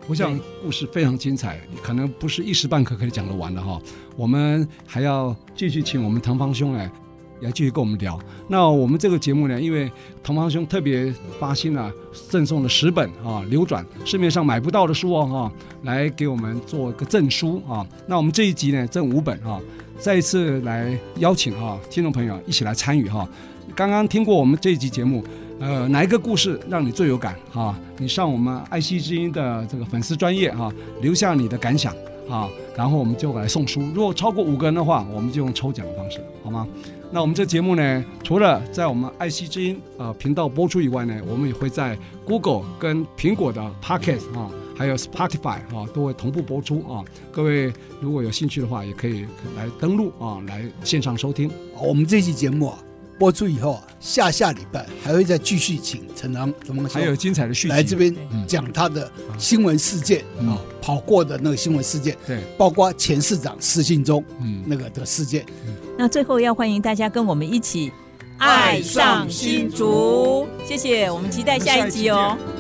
[SPEAKER 1] 我想故事非常精彩，可能不是一时半刻可以讲得完的哈。我们还要继续请我们唐方兄来，来继续跟我们聊。那我们这个节目呢，因为唐方兄特别发心啊，赠送了十本啊，流转市面上买不到的书哦哈、来给我们做个证书啊。那我们这一集呢，赠五本啊，再一次来邀请啊，听众朋友一起来参与哈、刚刚听过我们这一集节目，呃，哪一个故事让你最有感啊？你上我们爱惜之音的这个粉丝专业啊，留下你的感想啊，然后我们就来送书。如果超过五个人的话，我们就用抽奖的方式，好吗？那我们这节目呢，除了在我们爱惜之音呃频道播出以外呢，我们也会在 Google 跟苹果的 Pocket 啊，还有 Spotify 啊，都会同步播出啊。各位如果有兴趣的话，也可以来登录啊，来线上收听。
[SPEAKER 2] 好我们这期节目啊，播出以后啊，下下礼拜还会再继续请陈昂怎么
[SPEAKER 1] 还有精彩的续集
[SPEAKER 2] 来这边讲他的新闻事件
[SPEAKER 1] 嗯
[SPEAKER 2] 啊，跑过的那个新闻事件，
[SPEAKER 1] 对，
[SPEAKER 2] 包括前市长施信忠
[SPEAKER 1] 嗯，
[SPEAKER 2] 那个的事件。
[SPEAKER 3] 那最后要欢迎大家跟我们一起
[SPEAKER 2] 爱上新
[SPEAKER 3] 竹，谢谢，我们期待下
[SPEAKER 1] 下一
[SPEAKER 3] 一
[SPEAKER 1] 集
[SPEAKER 3] 集哦。
[SPEAKER 1] 见